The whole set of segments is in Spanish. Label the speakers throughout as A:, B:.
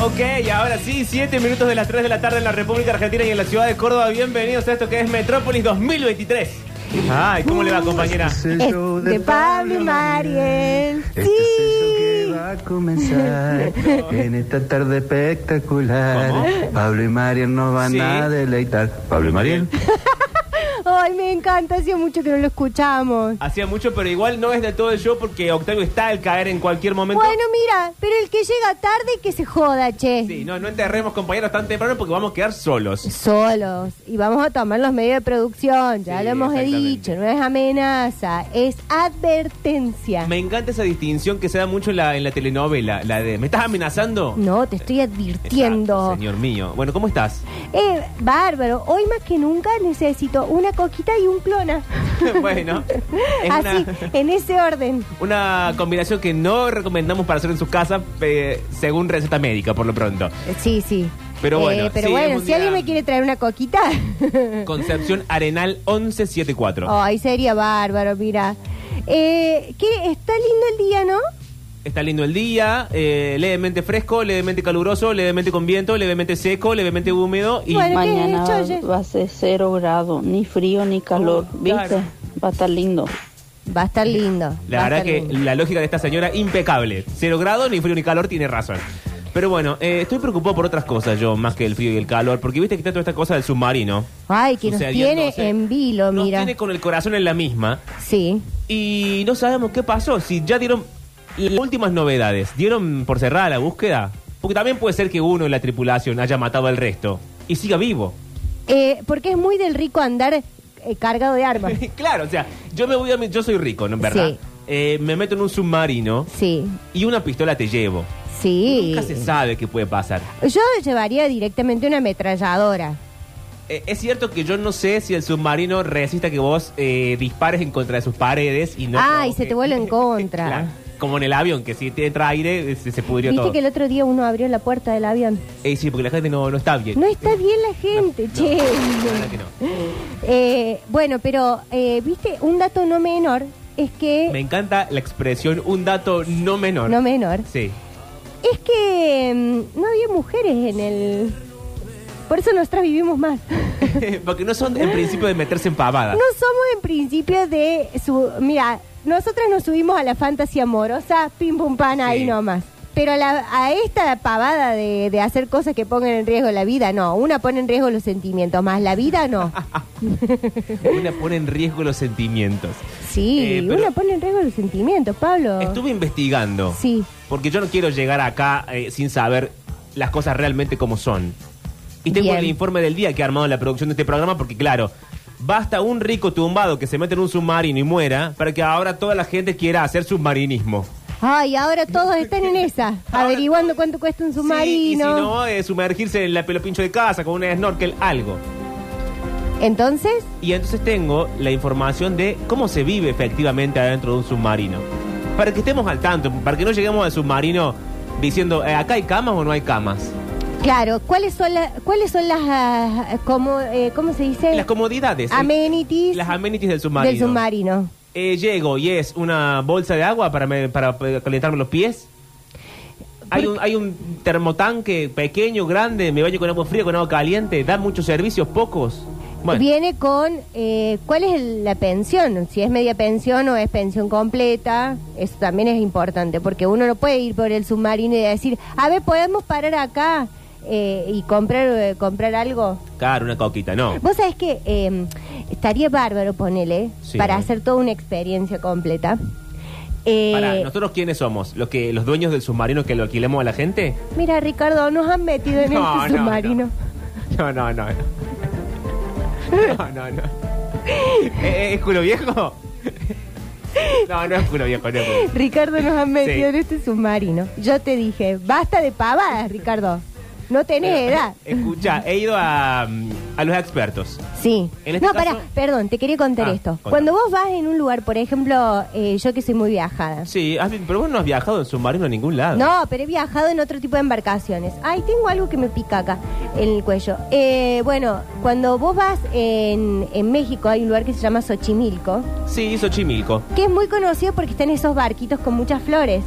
A: Ok, ahora sí, 7 minutos de las 3 de la tarde en la República Argentina y en la ciudad de Córdoba. Bienvenidos a esto que es Metrópolis 2023. Ay, ¿cómo le va, compañera?
B: Es de Pablo y Mariel.
C: Este sello que va a comenzar en esta tarde espectacular.
A: ¿Cómo?
C: Pablo y Mariel nos van
A: Sí.
C: a deleitar. Pablo y Mariel.
B: Ay, me encanta, hacía mucho que no lo escuchamos.
A: Hacía mucho, pero igual no es de todo el show porque Octavio está al caer en cualquier momento.
B: Bueno, mira, pero el que llega tarde que se joda, che.
A: Sí, no, no enterremos, compañeros, tan temprano porque vamos a quedar solos.
B: Solos. Y vamos a tomar los medios de producción, ya
A: Sí,
B: lo hemos
A: exactamente.
B: dicho, no es amenaza, es advertencia.
A: Me encanta esa distinción que se da mucho en la, en la telenovela, la de ¿me estás amenazando?
B: No, te estoy advirtiendo.
A: Exacto, señor mío. Bueno, ¿cómo estás?
B: Eh, bárbaro, hoy más que nunca necesito una coquita y un clona.
A: bueno, es
B: Así,
A: una,
B: en ese orden.
A: una combinación que no recomendamos para hacer en su casa eh, según receta médica, por lo pronto.
B: Eh, Sí, sí. Eh,
A: Pero bueno,
B: pero
A: sí,
B: bueno,
A: algún
B: si
A: día-
B: alguien me quiere traer una coquita,
A: Concepción Arenal 1174.
B: oh, ahí sería bárbaro, mira. Eh, ¿Qué? Está lindo el día, ¿no?
A: Está lindo el día, eh, levemente fresco, levemente caluroso, levemente con viento, levemente seco, levemente húmedo y
B: Bueno. ¿Qué
D: Mañana
B: es,
D: va-
B: Choye?
D: va a ser cero grado, ni frío ni calor,
A: Oh,
D: ¿viste?
A: claro.
D: Va a estar lindo.
B: Va a estar lindo.
A: la
B: va a
A: verdad
B: estar
A: que
B: lindo.
A: la lógica de esta señora impecable. Cero grado, ni frío ni calor, tiene razón. Pero bueno, eh, estoy preocupado por otras cosas yo, más que el frío y el calor, porque viste que está toda esta cosa del submarino.
B: Ay, que nos tiene
A: sucediéndose.
B: en vilo,
A: Nos
B: mira.
A: tiene con el corazón en la misma.
B: Sí.
A: Y no sabemos qué pasó. Si ya dieron las últimas novedades, dieron por cerrada la búsqueda. Porque también puede ser que uno en la tripulación haya matado al resto y siga vivo.
B: Eh, porque es muy del rico andar eh, cargado de armas.
A: claro, o sea, yo me voy a mi- yo soy rico, ¿no? ¿Verdad?
B: Sí.
A: Eh, me meto en un submarino
B: Sí,
A: y una pistola te llevo.
B: sí.
A: Nunca se sabe qué puede pasar.
B: Yo llevaría directamente una ametralladora.
A: Eh, es cierto que yo no sé si el submarino resista que vos eh, dispares en contra de sus paredes y no.
B: Ah, y se
A: provoque-
B: te vuelve en contra.
A: Claro, Como en el avión, que si te entra aire, eh, se, se pudrió
B: Viste
A: todo.
B: que el otro día uno abrió la puerta del avión.
A: Eh, sí, porque la gente no, no está bien.
B: No está bien la gente, che.
A: La verdad que no.
B: Eh, bueno, pero, eh, viste, un dato no menor es que...
A: Me encanta la expresión un dato no menor.
B: No menor.
A: Sí.
B: Es que mm, no había mujeres en el... Por eso nosotras vivimos más. no
A: porque no son en principio de meterse en pavada.
B: somos en principio de su... Mira, nosotras nos subimos a la fantasía amorosa, pim pum pan, ahí
A: Sí.
B: nomás. Pero a la- a esta pavada de, de hacer cosas que pongan en riesgo la vida, no. Una pone en riesgo los sentimientos, más la vida no.
A: Una pone en riesgo los sentimientos.
B: Sí,
A: Eh, pero-
B: una pone en riesgo los sentimientos, Pablo.
A: Estuve investigando.
B: Sí.
A: Porque yo no quiero llegar acá eh, sin saber las cosas realmente como son. Y tengo
B: Bien.
A: el informe del día que ha armado la producción de este programa porque, claro, basta un rico tumbado que se mete en un submarino y muera para que ahora toda la gente quiera hacer submarinismo.
B: Ay, ahora todos están en esa,
A: Ahora
B: averiguando cuánto cuesta un
A: Sí, y si
B: submarino.
A: no, eh, sumergirse en la pelopincho de casa con un snorkel, algo.
B: Entonces,
A: Y entonces tengo la información de cómo se vive efectivamente adentro de un submarino. Para que estemos al tanto, para que no lleguemos al submarino diciendo, eh, ¿acá hay camas o no hay camas?
B: claro, ¿cuáles son, la- ¿cuáles son las, ah, como, eh, cómo se dice?
A: Las comodidades. el-
B: amenities
A: las amenities del submarino.
B: del submarino.
A: Eh, llego y es una bolsa de agua para, me- para eh, calentarme los pies. Hay un, hay un termotanque pequeño, grande, me baño con agua fría, con agua caliente, da muchos servicios, pocos. Bueno,
B: Viene con, eh, ¿cuál es el- la pensión? Si es media pensión o es pensión completa, eso también es importante, porque uno no puede ir por el submarino y decir, a ver, podemos parar acá eh, y comprar, eh, comprar algo.
A: claro, una coquita, no.
B: Vos sabés que eh, estaría bárbaro, ponele,
A: Sí.
B: para hacer toda una experiencia completa. Eh,
A: Pará, ¿nosotros quiénes somos? ¿Los, que, ¿Los dueños del submarino que lo alquilemos a la gente?
B: Mira, Ricardo, nos han metido en
A: No,
B: este
A: no,
B: submarino.
A: No, no, no. No, no, no. ¿Eh, eh, ¿Es culo viejo? No, no es culo viejo, no es culo viejo.
B: Ricardo, nos han metido
A: Sí.
B: en este submarino. Yo te dije, basta de pavadas, Ricardo. No tenés edad.
A: Escucha, he ido a, mm, a los expertos.
B: Sí.
A: En este
B: no,
A: caso-
B: pará, perdón, te quería contar
A: Ah,
B: esto.
A: contame.
B: Cuando vos vas en un lugar, por ejemplo, eh, yo que soy muy viajada.
A: Sí, has vi- pero vos no has viajado en submarino a ningún lado.
B: No, pero he viajado en otro tipo de embarcaciones. Ay, tengo algo que me pica acá en el cuello. Eh, bueno, cuando vos vas en, en México hay un lugar que se llama Xochimilco,
A: Sí, Xochimilco.
B: que es muy conocido porque están esos barquitos con muchas flores.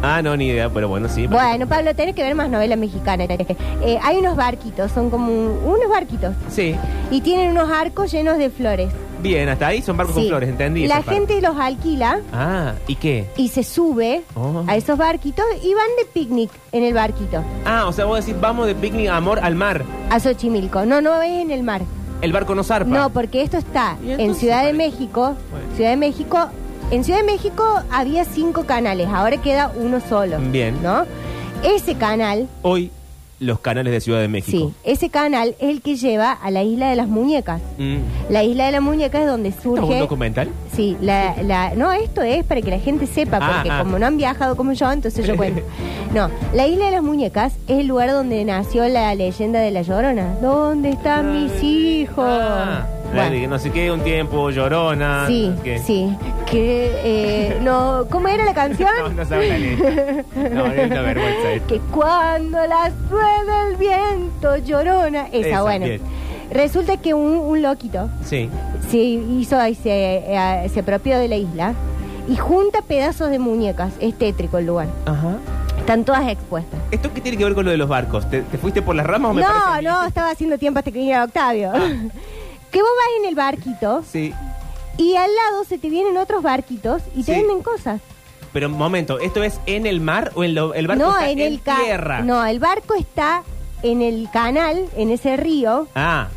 A: Ah, no, ni idea, pero bueno, sí.
B: Bueno, Pablo, tenés que ver más novelas mexicanas. Eh, hay unos barquitos, son como un- unos barquitos.
A: Sí,
B: Y tienen unos arcos llenos de flores.
A: bien, hasta ahí son barcos
B: Sí.
A: con flores, entendí.
B: La
A: esa parte.
B: gente los alquila
A: Ah, ¿y qué?
B: y se sube
A: Oh.
B: a esos barquitos y van de picnic en el barquito
A: Ah, o sea, vos decís, vamos de picnic amor al mar.
B: a Xochimilco. No, no es en el mar.
A: El barco no zarpa.
B: No, porque esto está
A: ¿Y
B: en
A: entonces,
B: Ciudad de
A: Mari?
B: México.
A: Bueno.
B: Ciudad de México. En Ciudad de México había cinco canales, ahora queda uno solo.
A: Bien.
B: ¿No? Ese canal,
A: Hoy, los canales de Ciudad de México.
B: sí, ese canal es el que lleva a la Isla de las Muñecas.
A: Mm.
B: La Isla de las Muñecas es donde
A: ¿Esto es un
B: surge.
A: documental?
B: Sí, la, la- no, esto es para que la gente sepa,
A: Ah,
B: porque
A: ah.
B: como no han viajado como yo, entonces yo cuento. No, la Isla de las Muñecas es el lugar donde nació la leyenda de la Llorona. ¿Dónde están mis hijos?
A: Ah, la
B: Bueno,
A: de no sé qué, un tiempo, llorona.
B: sí,
A: no sé qué.
B: sí. Que, eh, no, ¿Cómo era la canción?
A: No, no sabe la letra. No, es una vergüenza esto.
B: que cuando las rueda el viento, Llorona. Esa,
A: Esa,
B: bueno.
A: bien.
B: Resulta que un- un loquito
A: Sí.
B: se hizo y se, eh, se apropió de la isla y junta pedazos de muñecas. Es tétrico el lugar.
A: Ajá.
B: Están todas expuestas.
A: ¿Esto qué tiene que ver con lo de los barcos? ¿Te, te fuiste por las ramas o me parece
B: No,
A: bien? Ah.
B: no, estaba haciendo tiempo hasta que viniera Octavio. que vos vas en el barquito
A: Sí.
B: y al lado se te vienen otros barquitos y te
A: Sí.
B: venden cosas.
A: Pero un momento, ¿esto es en el mar o en lo- el barco
B: no,
A: está en,
B: el ca-
A: tierra?
B: No, el barco está en el canal, en ese río,
A: Ah,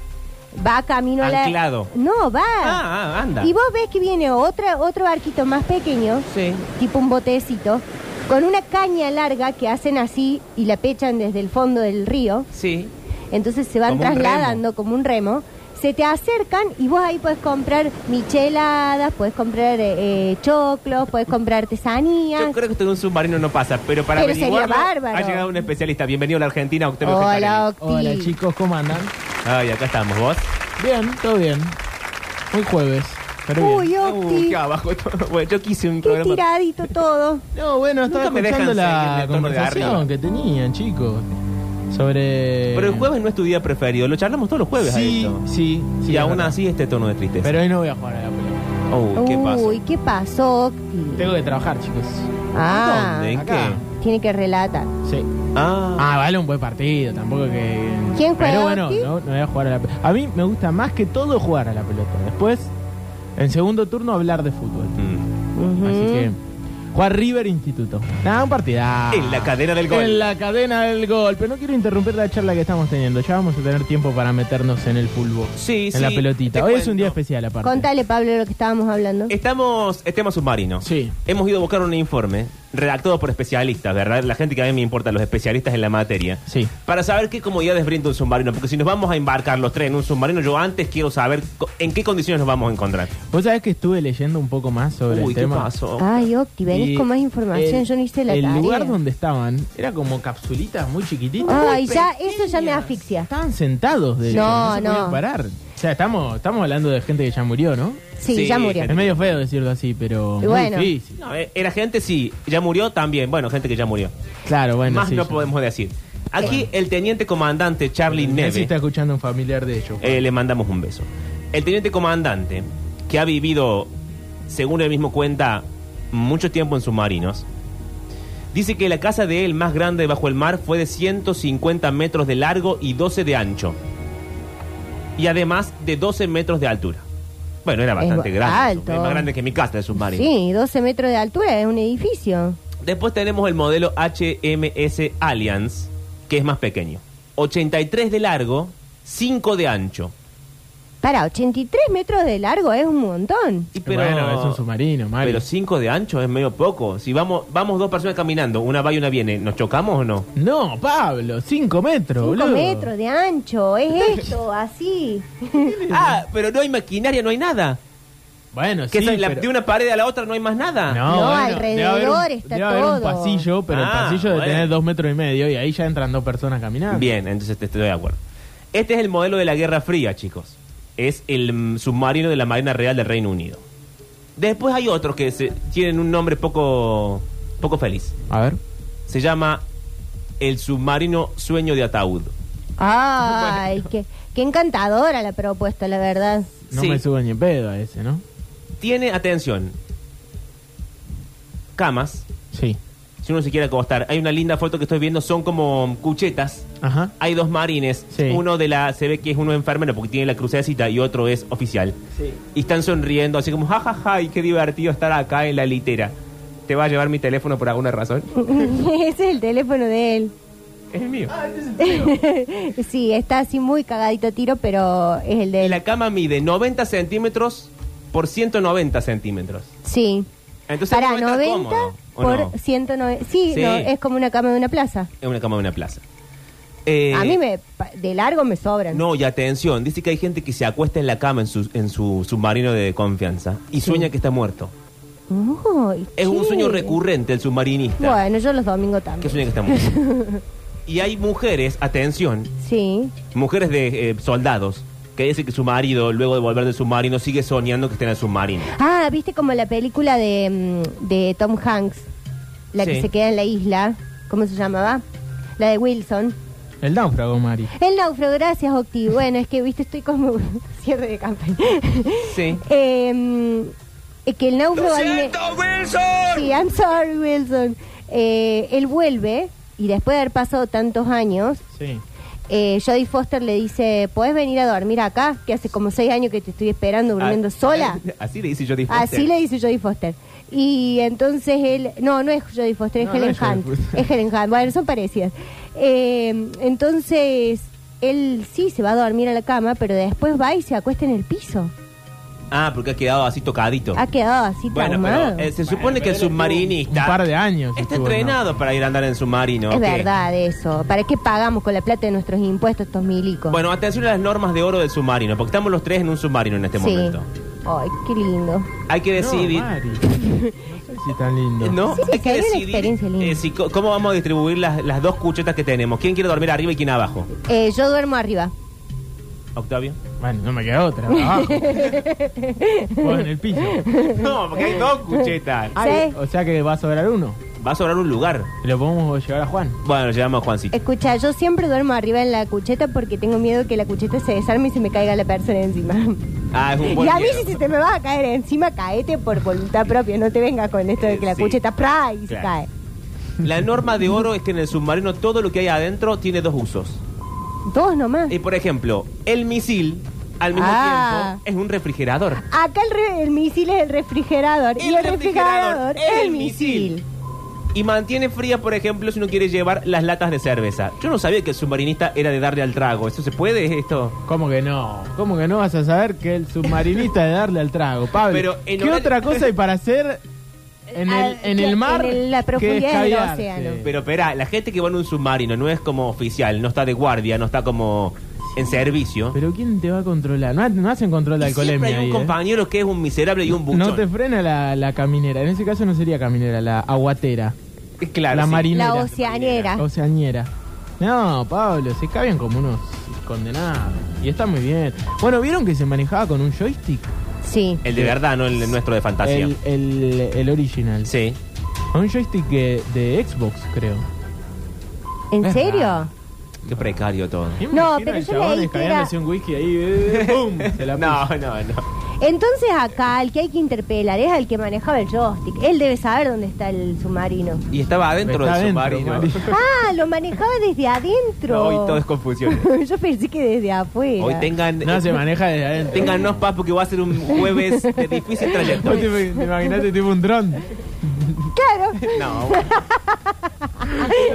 B: va camino
A: Anclado.
B: a la. No, va.
A: ah, ah, anda.
B: y vos ves que viene otra, otro barquito más pequeño
A: Sí.
B: tipo un botecito, con una caña larga que hacen así y la pechan desde el fondo del río.
A: Sí.
B: Entonces se van
A: Como un
B: trasladando como un remo. Se te acercan y vos ahí puedes comprar micheladas, puedes comprar eh, eh, choclos, puedes comprar artesanías.
A: Yo creo que esto de un submarino no pasa, pero para
B: Pero sería
A: averiguarlo
B: bárbaro.
A: ha llegado un especialista. Bienvenido a la Argentina, Octavio
B: Hola,
A: Gencarelli.
B: Octi.
E: Hola chicos, ¿cómo andan?
A: Ay, acá estamos, vos.
E: Bien, todo bien. Muy jueves, pero bien.
B: Uy,
A: Uh,
B: Octi,
A: qué abajo todo. Bueno, yo quise un
B: qué
A: programa.
B: tiradito todo.
E: No, bueno, estaba
A: Nunca me
E: escuchando
A: dejan seguir
E: la
A: el tono de arriba.
E: conversación que tenían, chicos. Sobre...
A: Pero el jueves no es tu día preferido, lo charlamos todos los jueves. a
E: Eh, Sí,
A: esto.
E: sí, sí.
A: y
E: es
A: aún
E: verdad.
A: así este tono de tristeza.
E: Pero hoy no voy a jugar a la pelota.
A: Uy, ¿qué pasa?
B: Uy, ¿qué pasó, Octi?
E: Tengo que trabajar, chicos.
B: Ah,
A: ¿Dónde? ¿En
E: acá.
A: qué?
B: tiene que relatar.
E: Sí.
A: Ah,
E: Ah, vale un buen partido, tampoco que...
B: ¿Quién juega,
E: Pero bueno,
B: Octi?
E: no, no voy a jugar a la pelota. A mí me gusta más que todo jugar a la pelota. Después, en segundo turno, hablar de fútbol.
A: Mm.
E: Así
B: Ujú.
E: que. Juan River Instituto. Nada, un partidazo.
A: En la cadena del gol.
E: En la cadena del gol. Pero no quiero interrumpir la charla que estamos teniendo. Ya vamos a tener tiempo para meternos en el fútbol.
A: Sí,
E: en
A: sí,
E: la
A: te
E: pelotita. Hoy es
A: cuento.
E: un día especial, aparte.
B: Contale, Pablo, lo que estábamos hablando.
A: Estamos, tema submarino.
E: Sí.
A: Hemos ido a buscar un informe redactado por especialistas, ¿verdad? La gente que a mí me importa, los especialistas en la materia.
E: Sí.
A: Para saber qué comodidades brinda un submarino, porque si nos vamos a embarcar los tres en un submarino, yo antes quiero saber co- en qué condiciones nos vamos a encontrar.
E: Vos sabés que estuve leyendo un poco más sobre
A: Uy,
E: el
A: ¿qué
E: tema.
A: pasó?
B: Ay, Octi, venís
E: Y
B: con más información.
E: el-
B: Yo no hice la
E: El
B: tarea.
E: lugar donde estaban era como capsulitas muy chiquititas.
B: Ay,
E: muy
B: ya,
E: pequeñas.
B: eso ya me asfixia.
E: Estaban sentados, de hecho,
B: No,
E: no, se podían
B: no.
E: parar. O sea, estamos, estamos hablando de gente que ya murió, ¿no?
B: Sí,
A: Sí,
B: ya murió.
A: gente.
E: Es medio feo decirlo así, pero
B: Y
E: muy
B: bueno.
E: difícil.
A: No, eh, era gente, sí. Ya murió también. Bueno, gente que ya murió.
E: Claro, bueno,
A: Más
E: sí, Eh,
A: no
E: ya.
A: podemos decir. Aquí el teniente comandante Charlie
E: Mirá Si
A: Neve.
E: está escuchando un familiar de ellos.
A: Eh, le mandamos un beso. El teniente comandante, que ha vivido, según él mismo cuenta, mucho tiempo en submarinos, dice que la casa de él más grande bajo el mar fue de 150 metros de largo y 12 de ancho. Y además de 12 metros de altura. Bueno, era
B: Es
A: bastante
B: bu-
A: grande.
B: alto.
A: Es más grande que mi casa de submarino.
B: Sí, 12 metros de altura, es un edificio.
A: Después tenemos el modelo HMS Alliance, que es más pequeño. 83 de largo, 5 de ancho.
B: Para, 83 metros de largo es un montón.
A: Y
E: Bueno, es un submarino, Mario.
A: Pero 5 de ancho es medio poco. Si vamos vamos dos personas caminando, una va y una viene, ¿nos chocamos o no?
E: No, Pablo, 5 metros,
B: 5
E: boludo.
B: metros de ancho, es esto, así.
A: ah, pero no hay maquinaria, no hay nada.
E: Bueno,
A: Que
E: sí,
A: es la-
E: pero-
A: de una pared a la otra no hay más nada.
E: No,
B: No,
E: bueno,
B: alrededor
E: debe haber un-
B: está
E: debe haber
B: todo.
E: un pasillo, pero
A: Ah,
E: el pasillo debe
A: bueno.
E: tener dos metros y medio y ahí ya entran dos personas caminando.
A: Bien, entonces te estoy de acuerdo. Este es el modelo de la Guerra Fría, chicos. Es el mm, submarino de la Marina Real del Reino Unido. Después hay otros que se- tienen un nombre poco, poco feliz.
E: A ver.
A: Se llama el submarino Sueño de Ataúd.
B: Ay, qué, qué encantadora la propuesta, la verdad.
E: No
A: Sí.
E: me subo ni en pedo a ese, ¿no?
A: Tiene, atención, camas,
E: Sí.
A: si uno se quiere acostar. Hay una linda foto que estoy viendo, son como cuchetas.
E: Ajá.
A: Hay dos marines,
E: Sí.
A: uno de la, se ve que es uno enfermero porque tiene la crucecita y otro es oficial. Y están sonriendo, así como, jajaja, y qué divertido estar acá en la litera. ¿Te va a llevar mi teléfono por alguna razón?
B: Ese es el teléfono de él.
A: Es el mío.
B: Sí, está así muy cagadito a tiro, pero es el de él.
A: La cama mide 90 centímetros por 190 centímetros.
B: Sí.
A: Entonces,
B: Para
A: ¿cómo está
B: 90
A: cómodo, o
B: por
A: no?
B: 190. Sí,
A: Sí.
B: no, es como una cama de una plaza.
A: Es una cama de una plaza. Eh,
B: a mí me, pa- de largo me sobran.
A: No, y atención, dice que hay gente que se acuesta en la cama en su, en su submarino de confianza y sueña que está muerto.
B: Uy,
A: Es un
B: che.
A: sueño recurrente el submarinista.
B: Bueno, yo los domingos
A: Que
B: también.
A: sueña que está muerto. y hay mujeres, atención,
B: Sí.
A: mujeres de eh, soldados que dicen que su marido, luego de volver del submarino, sigue soñando que está en el submarino.
B: Ah, viste como la película de, mm, de Tom Hanks, la
A: Sí.
B: que se queda en la isla. ¿Cómo se llamaba? La de Wilson.
E: El náufrago, Mari.
B: El náufrago, gracias, Octi. Bueno, es que, viste, estoy como cierre de campaña.
A: Sí.
B: Eh, mm, eh, que el náufrago... a mí me- Sí, I'm sorry, Wilson. Eh, él vuelve y después de haber pasado tantos años,
E: Sí.
B: eh, Jodie Foster le dice, ¿puedes venir a dormir acá? Que hace como seis años que te estoy esperando durmiendo
A: Ah,
B: sola.
A: Así le dice yo
B: Así le dice Jodie Foster. Y entonces él, no, no es Jodie Foster, es
E: No, no
B: Helen
E: es Jodie
B: Hunt.
E: Foster.
B: Es Helen Hunt, bueno, son parecidas. Eh, entonces, él sí se va a dormir a la cama, pero después va y se acuesta en el piso.
A: Ah, porque ha quedado así tocadito.
B: Ha quedado así
A: Bueno,
B: traumado.
A: pero eh, se supone que el submarinista
E: Un par de años.
A: está
E: estuvo, ¿no?
A: entrenado para ir a andar en submarino.
B: Es
A: ¿ok?
B: verdad eso. ¿Para qué pagamos con la plata de nuestros impuestos estos milicos?
A: Bueno, atención a las normas de oro del submarino, porque estamos los tres en un submarino en este
B: sí.
A: momento.
B: Ay, qué lindo.
A: Hay que decidir.
E: No, Mari. No sé si tan lindo.
A: No,
B: Sí,
A: hay que
B: sería una
A: decidir
B: experiencia linda.
A: eh, si co- cómo vamos a distribuir las, las dos cuchetas que tenemos. ¿Quién quiere dormir arriba y quién abajo?
B: Eh, yo duermo arriba.
A: Octavio.
E: Bueno, no me queda otra. Abajo. Vos en el piso.
A: No, porque hay dos cuchetas.
B: Ay.
E: O sea que va a sobrar uno.
A: Va a sobrar un lugar.
E: Y lo podemos llevar a Juan.
A: Bueno, llamamos a Juancito.
B: Escucha, yo siempre duermo arriba en la cucheta porque tengo miedo que la cucheta se desarme y se me caiga la persona encima.
A: Ah, es un buen
B: Eh, Y a mí
A: miedo.
B: si se te me va a caer encima, caete por voluntad propia. No te vengas con esto de que la
A: Sí.
B: cucheta ¡pra! y se
A: Claro.
B: cae.
A: La norma de oro es que en el submarino todo lo que hay adentro tiene dos usos.
B: Dos nomás.
A: Y por ejemplo, el misil al mismo
B: Ah.
A: tiempo es un refrigerador.
B: Acá el, re- el misil es el refrigerador y el refrigerador es el misil.
A: Y mantiene frías, por ejemplo, si uno quiere llevar las latas de cerveza. Yo no sabía que el submarinista era de darle al trago. ¿Eso se puede, esto?
E: ¿Cómo que no? ¿Cómo que no vas a saber que el submarinista de darle al trago? Pablo,
A: Pero en
E: ¿qué
A: horario-
E: otra cosa hay para hacer en el, en el
B: Ah,
E: mar?
B: en el- la
E: que
B: profundidad del
E: escabearse?
B: océano.
A: Pero espera, la gente que va en un submarino no es como oficial, no está de guardia, no está como en servicio.
E: Pero ¿quién te va a controlar? No, ha- no hacen control de
A: Y siempre
E: alcoholemia
A: hay un
E: ahí, ¿eh?
A: compañero que es un miserable y un buchón.
E: No te frena la, la caminera. En ese caso no sería caminera, la aguatera,
A: Claro,
E: la
A: sí.
E: marinera,
B: La oceanera.
E: oceañera. No, Pablo, se caben como unos condenados. Y está muy bien. Bueno, ¿vieron que se manejaba con un joystick?
B: Sí.
A: El de verdad, no el nuestro de fantasía.
E: El, el, el original.
A: Sí.
E: Con un joystick de, de Xbox, creo.
B: ¿En
E: Es
B: serio?
E: raro.
A: Qué precario todo.
E: Yo me
B: No,
E: imagino
B: pero
E: el
B: yo leí
E: chabón
B: que
E: escabeándose un whisky ahí, eh, ¡pum! Se la
A: No,
E: puso.
A: no, no.
B: Entonces acá el que hay que interpelar es al que manejaba el joystick. Él debe saber dónde está el submarino.
A: Y estaba adentro
E: Está
A: del
E: adentro,
A: submarino.
E: Mario.
B: Ah, lo manejaba desde adentro.
A: Hoy todo es confusión.
B: Yo pensé que desde afuera.
A: Hoy tengan...
E: No, se maneja desde adentro.
A: Ténganos paz porque va a ser un jueves de difícil
E: Vos te,
A: trayectoria.
E: te imaginaste tipo un dron.
B: Claro.
A: No.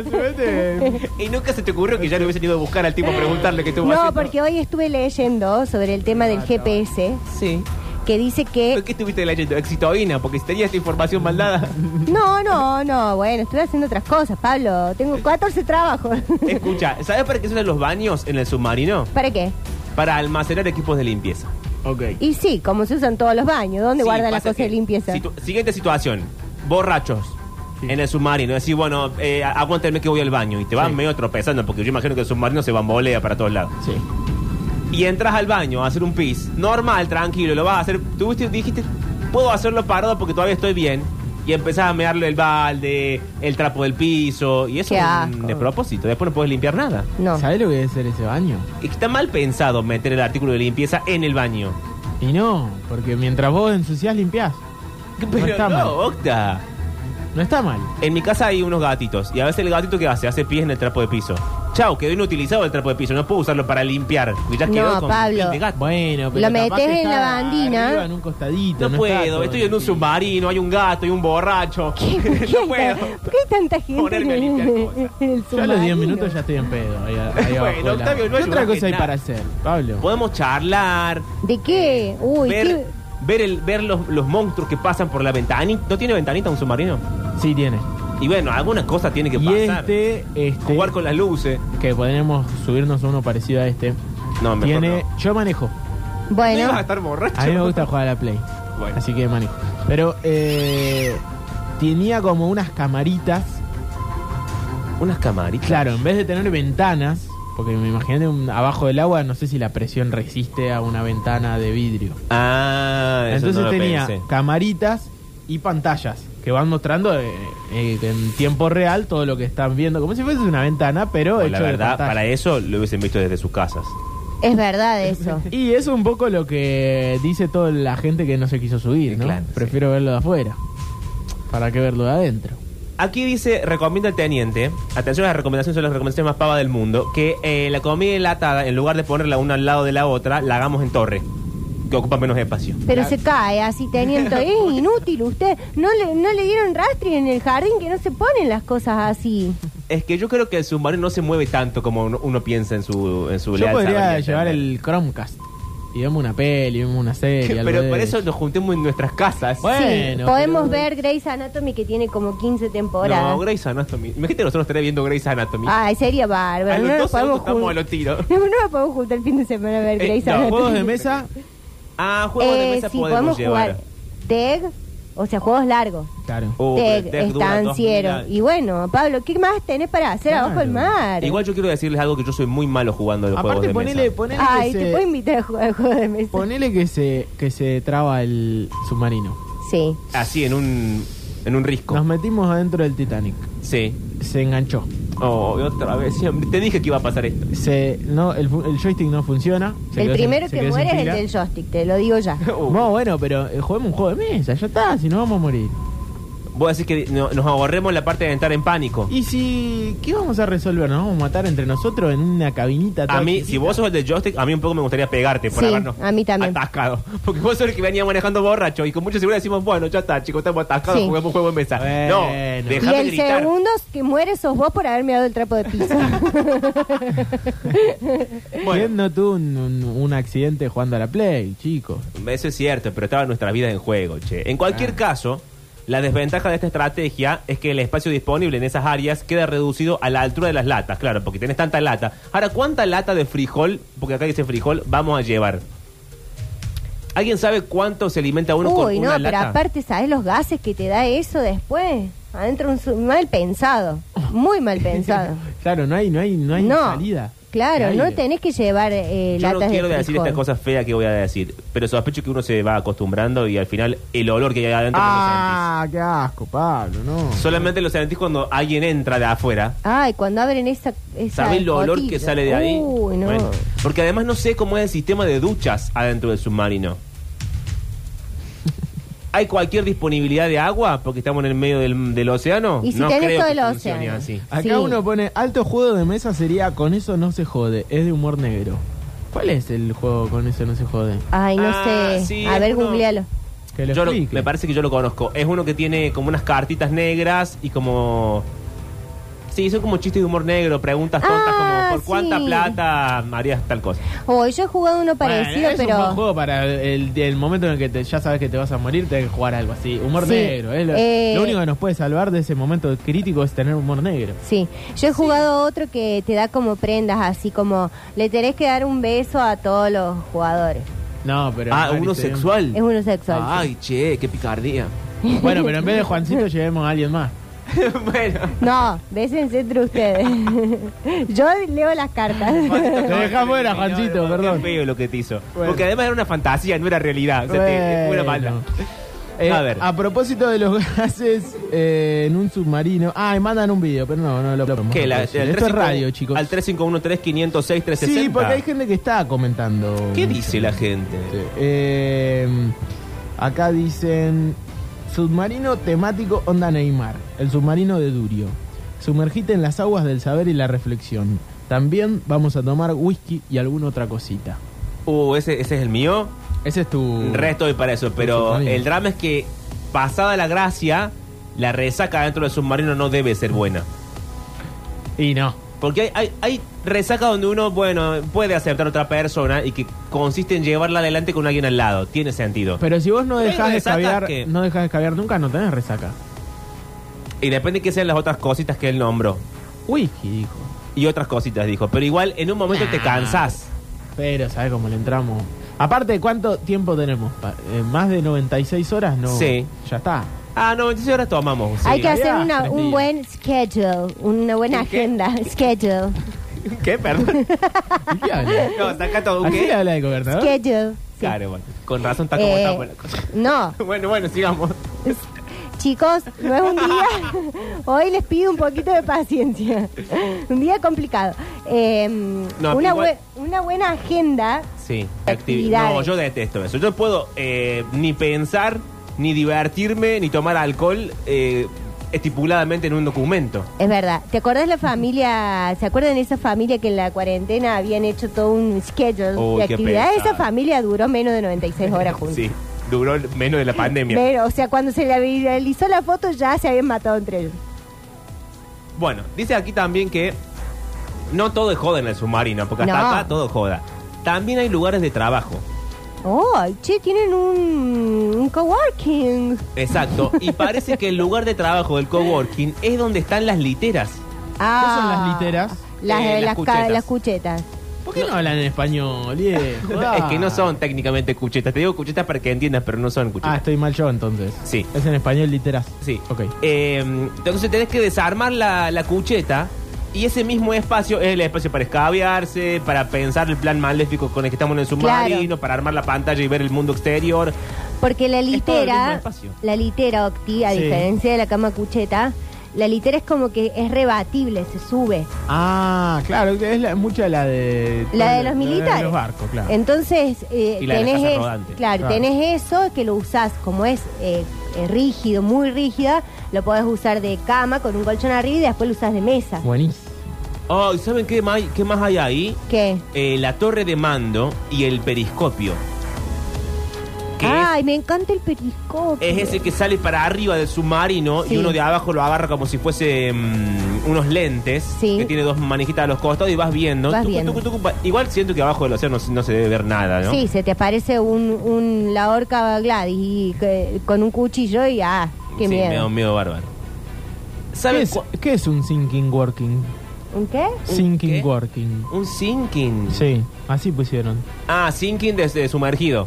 E: Subete.
A: Y nunca se te ocurrió que ya lo hubiesen ido a buscar al tipo a preguntarle qué estuvo
B: No,
A: haciendo.
B: porque hoy estuve leyendo sobre el tema
A: Ah,
B: del GPS
A: Sí.
B: que dice
A: ¿Pero
B: que...
A: qué estuviste leyendo? Exitoína, porque si tenías esta información mal dada,
B: No, no, no. Bueno, estuve haciendo otras cosas, Pablo.
A: Eh.
B: Tengo 14 trabajos.
A: Escucha, ¿sabes para qué son los baños en el submarino?
B: ¿Para qué?
A: Para almacenar equipos de limpieza.
E: Ok.
B: Y sí, como se usan todos los baños. ¿Dónde
A: Sí,
B: guarda la
A: pasa
B: cosa de
A: que-
B: limpieza?
A: situ- siguiente situación. Borrachos.
E: Sí.
A: En el submarino, decís, bueno, eh, aguántame que voy al baño. Y te vas
E: Sí.
A: medio tropezando, porque yo imagino que el submarino se bambolea para todos lados.
E: Sí.
A: y entras al baño a hacer un pis, normal, tranquilo, lo vas a hacer. Tuviste, dijiste, puedo hacerlo parado porque todavía estoy bien. Y empezás a mearle el balde, el trapo del piso, y eso
B: Qué
A: es
B: asco.
A: un despropósito. Después no puedes limpiar nada.
B: No.
E: ¿Sabés lo que debe ser ese baño?
A: Y Está mal pensado meter el artículo de limpieza en el baño.
E: Y no, porque mientras vos ensuciás, limpiás.
A: Pero
E: está
A: no,
E: mal.
A: Octa.
E: No está mal.
A: En mi casa hay unos gatitos y a veces el gatito que hace, hace pies en el trapo de piso. Chau, quedó inutilizado el trapo de piso, no puedo usarlo para limpiar. porque Ya
B: No,
A: quedó con
B: Pablo.
A: piel de gato.
E: Bueno, pero
B: Lo
E: capaz
B: metés
E: que
B: en
E: está
B: la bandina.
E: arriba en un costadito,
A: No,
E: no está todo
A: puedo, estoy en un
E: metido.
A: submarino, hay un gato y un borracho.
B: ¿Qué, por qué
A: no
B: hay ta-
A: puedo.
B: ¿Por qué hay tanta gente
A: Ponerme a
B: en el-
A: limpiar cosas.
B: en el
E: Yo a los 10
B: submarino?
E: minutos ya estoy en pedo. ahí a- ahí
A: Bueno,
E: abajo del
A: Octavio,
E: agua.
A: no
E: ¿Qué otra
A: ayudaste
E: cosa hay
A: nada.
E: para hacer, Pablo?
A: Podemos charlar,
B: ¿De qué? Uy,
A: ver,
B: qué-
A: ver, el, ver los, los monstruos que pasan por la ventanita. ¿No tiene ventanita un submarino?
E: Sí, tiene.
A: Y bueno, alguna cosa tiene que
E: Y
A: pasar.
E: este, este,
A: Jugar con las luces.
E: que podemos subirnos a uno parecido a este,
A: No, mejor
E: tiene.
A: no.
E: Yo manejo.
A: No ibas a
B: Bueno,
A: estar borracho.
E: A mí me gusta jugar a la Play.
A: Bueno.
E: Así que manejo. Pero eh, tenía como unas camaritas
A: Unas camaritas.
E: Claro, en vez de tener ventanas, porque me imaginé un- abajo del agua, no sé si la presión resiste a una ventana de vidrio.
A: Ah, eso
E: Entonces
A: no lo
E: tenía
A: pensé.
E: camaritas y pantallas que van mostrando eh, eh, en tiempo real todo lo que están viendo, como si fuese una ventana, pero
A: Bueno,
E: hecho
A: la
E: de
A: verdad,
E: pantalla.
A: para eso lo hubiesen visto desde sus casas.
B: es verdad eso.
E: Y eso es un poco lo que dice toda la gente que no se quiso subir,
A: Sí,
E: ¿no?
A: claro,
E: Prefiero verlo de afuera. ¿Para qué verlo de adentro?
A: Aquí dice, recomienda el teniente, atención a las recomendaciones, son las recomendaciones más pavas del mundo, que eh, la comida enlatada, en lugar de ponerla una al lado de la otra, la hagamos en torre, que ocupa menos espacio.
B: Pero se cae así teniendo. Es inútil usted. No le, no le dieron rastre en el jardín que no se ponen las cosas así.
A: Es que yo creo que el submarino no se mueve tanto como uno, uno piensa en su en su
E: Yo
A: leal
E: podría
A: saber y
E: llevar
A: entender.
E: el Chromecast y vemos una peli, vemos una serie. algo
A: Pero
E: de
A: por
E: eso.
A: eso nos juntemos en nuestras casas.
E: Bueno,
B: sí, podemos
E: pero-
B: ver Grey's Anatomy que tiene como 15 temporadas.
A: no, Grey's Anatomy. Imagínate nosotros estaría viendo Grey's Anatomy.
B: Ay, sería
A: a los
B: bárbaro. Ah, No nos
A: dos segundos
B: podemos
A: estamos a
B: juntar.
A: los tiros.
B: No, no nos podemos juntar el fin de semana a ver
A: Eh,
B: Grey's
A: no,
B: Anatomy.
E: Juegos de mesa,
A: Ah, juegos de
B: Eh,
A: mesa
B: sí,
A: podemos,
B: podemos
A: llevar.
B: jugar Teg, o sea, juegos largos.
E: claro.
A: Uh, pero
B: Teg,
A: Tech dura dos mil
B: estanciero.
A: años.
B: Y bueno, Pablo, ¿qué más tenés para hacer
E: Claro.
B: abajo del mar?
A: Igual yo quiero decirles algo que yo soy muy malo jugando a los
E: Aparte,
A: juegos de
E: ponele,
A: mesa.
E: ponele,
B: Ay,
E: que
B: te
E: se,
B: puedo invitar a jugar al juego de mesa.
E: ponele que se que se traba el submarino.
B: Sí.
A: Así, en un, en un risco.
E: Nos metimos adentro del Titanic.
A: Sí.
E: Se enganchó.
A: Oh, y otra vez. siempre- Te dije que iba a pasar esto.
E: Se, no, el, fu- el joystick no funciona. se
B: El
E: quedó sin-
B: primero
E: se
B: que
E: quedó sin
B: muere es el
E: pila.
B: del joystick, te lo digo ya.
A: Uh,
E: No, bueno, pero eh, juguemos un juego de mesa, ya está, si no vamos a morir.
A: Vos decís que no- nos ahorremos la parte de entrar en pánico.
E: ¿Y si qué vamos a resolver? ¿Nos vamos a matar entre nosotros en una cabinita? toda
A: A mí,
E: chiquita?
A: si vos sos el de joystick, a mí un poco me gustaría pegarte por
B: Sí,
A: habernos
B: a mí también.
A: atascado. Porque vos sos el que venía manejando borracho y con mucha seguridad decimos, bueno, ya está, chicos, estamos atascados,
B: Sí.
A: juguemos un juego de mesa.
E: Bueno.
A: No,
B: Y
A: dejame
B: el
A: gritar.
B: segundo que muere sos vos por haberme dado el trapo de piso.
A: Bueno.
E: ¿Quién no tuvo un, un- un accidente jugando a la Play, chicos?
A: Eso es cierto, pero estaba nuestra vida en juego, che. En cualquier caso, la desventaja de esta estrategia es que el espacio disponible en esas áreas queda reducido a la altura de las latas, claro, porque tenés tanta lata. Ahora, ¿cuánta lata de frijol, porque acá dice frijol, vamos a llevar? ¿Alguien sabe cuánto se alimenta uno con
B: Uy, no,
A: una
B: pero
A: lata?
B: aparte, ¿sabes los gases que te da eso después? Adentro un su- mal pensado, muy mal pensado.
E: Claro, no hay, no hay, no hay salida.
B: Claro,
E: Hay
B: no
E: aire.
B: tenés que llevar eh,
A: Yo no
B: latas
A: quiero
B: de
A: decir
B: frijol.
A: esta cosa fea que voy a decir, pero sospecho que uno se va acostumbrando y al final el olor que hay adentro no lo
E: Ah, qué asco, Pablo, no.
A: sentís. Solamente lo sentís cuando alguien entra de afuera.
B: Ay, cuando abren esa. esa
A: ¿Sabés el olor
B: escotilla?
A: que sale de ahí?
B: Uy, no.
A: Bueno, porque además no sé cómo es el sistema de duchas adentro del submarino. ¿Hay cualquier disponibilidad de agua porque estamos en el medio del, del océano?
B: Y si
A: no
B: tenés
A: creo
B: todo
A: que
B: el
A: funcione
B: océano.
A: así.
E: Acá
B: Sí.
E: uno pone alto juego de mesa sería con eso no se jode, es de humor negro. ¿Cuál es el juego con eso no se jode?
B: Ay, no
A: Ah,
B: sé.
A: sí,
B: a ver,
A: uno-
B: googlealo.
E: Que lo
A: Yo lo-
E: explique.
A: me parece que yo lo conozco. Es uno que tiene como unas cartitas negras y como... Sí, son como chistes de humor negro, preguntas tontas
B: Ah,
A: como ¿por cuánta
B: sí.
A: plata harías tal cosa?
B: Oh, yo he jugado uno
E: Bueno,
B: parecido,
E: es un buen
B: pero.
E: juego para el, el momento en el que te- ya sabes que te vas a morir, tenés que jugar algo así. Humor
B: Sí.
E: negro. Es lo,
B: Eh,
E: lo único que nos puede salvar de ese momento crítico es tener humor negro.
B: Sí, yo he jugado otro que te da como prendas, así como le tenés que dar un beso a todos los jugadores.
E: No, pero.
A: Ah,
E: Mari,
A: uno
E: se-
A: sexual.
B: Es uno sexual. sí.
A: Ay, che, qué picardía.
E: Bueno, pero en vez de Juancito, llevemos a alguien más.
A: bueno,
B: No, bésense entre ustedes. yo leo las cartas.
E: Te dejás fuera, Juancito, perdón.
A: Qué feo lo que te hizo.
E: Bueno.
A: Porque además era una fantasía, no era realidad. O sea, te- fue una mala.
E: Bueno. Eh,
A: a ver.
E: a propósito de los gases eh, en un submarino. Ah, y mandan un video, pero no, no lo podemos
A: ¿Qué? La-
E: reproducir.
A: el
E: Esto es
A: 351
E: radio, chicos.
A: Al 351-3506-360.
E: Sí, porque hay gente que está comentando.
A: ¿Qué
E: mucho.
A: dice la gente?
E: Eh, acá em, dicen. Submarino temático Onda Neymar, el submarino de Durio. Sumergite en las aguas del saber y la reflexión. También vamos a tomar whisky y alguna otra cosita.
A: Uh, ese, ese es el mío.
E: Ese es tu...
A: Resto doy para eso. Pero
E: submarino.
A: el drama es que, pasada la gracia, la resaca dentro del submarino no debe ser buena.
E: Y no.
A: Porque hay, hay, hay resaca donde uno, bueno, puede aceptar a otra persona y que consiste en llevarla adelante con alguien al lado. Tiene sentido.
E: Pero si vos no
A: Pero
E: dejás
A: hay
E: de
A: resacas
E: escabiar,
A: que-
E: no dejás de escabiar nunca, no tenés resaca.
A: Y depende que sean las otras cositas que él nombró.
E: Whisky, dijo.
A: Y otras cositas, dijo. Pero igual, en un momento te cansás.
E: Pero, ¿sabes cómo le entramos? Aparte, ¿cuánto tiempo tenemos? Pa- eh, ¿Más de 96 horas? No.
A: Sí.
E: Ya está.
A: Ah, no, entonces ahora tomamos. sí.
B: Hay que hacer
E: Ya,
B: una-
E: tres
B: un
E: días.
B: buen schedule, una buena
A: ¿Un Ah, qué?
B: agenda. Schedule,
A: ¿Qué? Perdón.
E: ¿Y qué habla?
A: No, saca todo.
E: ¿Así le
A: ¿Qué?
E: habla de gobernador?
B: schedule. sí.
A: Claro, bueno. Con razón está como
B: Eh,
A: está buena cosa.
B: No,
A: Bueno, bueno, sigamos.
B: chicos, no es un día. Hoy les pido un poquito de paciencia. Un día complicado. Eh,
A: pero
B: una,
A: igual-
B: bue- una buena agenda.
A: Sí, actividad.
B: Actividades.
A: No, yo detesto eso. Yo no puedo eh, ni pensar, ni divertirme, ni tomar alcohol eh, estipuladamente en un documento.
B: Es verdad. ¿Te acordás la familia? ¿Se acuerdan de esa familia que en la cuarentena habían hecho todo un schedule
A: Uy,
B: de
A: qué
B: actividades? Esa
A: pesado.
B: familia duró menos de 96 horas juntos.
A: Sí, duró menos de la pandemia.
B: Pero, o sea, cuando se le viralizó la foto ya se habían matado entre ellos.
A: Bueno, dice aquí también que no todo es joda en el submarino, porque hasta
B: No.
A: acá todo es joda. También hay lugares de trabajo.
B: Oh, che, tienen un, un coworking.
A: Exacto. Y parece que el lugar de trabajo del coworking es donde están las literas.
E: las literas?
B: Ah, Las,
A: Eh,
B: las,
A: las
B: ca-
A: cuchetas.
B: las cuchetas.
E: ¿Por qué no hablan en español? viejo?
A: Es que no son técnicamente cuchetas. Te digo cuchetas para que entiendas, pero no son
E: Ah,
A: cuchetas.
E: estoy mal yo entonces.
A: Sí.
E: Es en español literal.
A: Sí.
E: Ah, Ok.
A: Eh, entonces tenés que desarmar la, la cucheta y ese mismo espacio es el espacio para escabearse, para pensar el plan maléfico con el que estamos en el submarino,
B: Claro.
A: para armar la pantalla y ver el mundo exterior.
B: Porque la
A: Es todo el mismo
B: litera,
A: espacio.
B: la litera, Octi, a
E: Sí.
B: diferencia de la cama cucheta, la litera es como que es rebatible, se sube.
E: Ah, claro, que es la- mucha la de...
B: La de los militares.
E: de los barcos, claro.
B: Entonces, eh,
A: Y la de la
B: tenés,
A: casa
B: es-
A: rodante.
B: claro,
E: Claro.
B: tenés eso que lo usás como es eh, eh, rígido, muy rígida, lo podés usar de cama con un colchón arriba y después lo usás de mesa.
E: Buenísimo.
A: Oh, ¿y ¿saben qué más, qué más hay ahí?
B: ¿Qué?
A: Eh, la torre de mando y el periscopio. Que es-
B: Ay, me encanta el periscopio.
A: es, ese que sale para arriba del submarino
B: Sí.
A: y uno de abajo lo agarra como si fuese mm, unos lentes
B: Sí.
A: que tiene dos manijitas a los costados y vas viendo.
B: Vas viendo.
A: pa- Igual siento que abajo del océano no se debe ver nada, ¿no?
B: Sí, se te aparece un, un la orca Gladys y que- con un cuchillo y ah, qué
A: Sí,
B: miedo.
A: me da un miedo bárbaro.
E: ¿Qué
A: ¿Sabes
E: es, qué es un thinking working?
B: ¿Un qué?
A: qué?
E: Sinking working.
A: cu- Un sinking.
E: Sí, así pusieron.
A: Ah, sinking desde sumergido.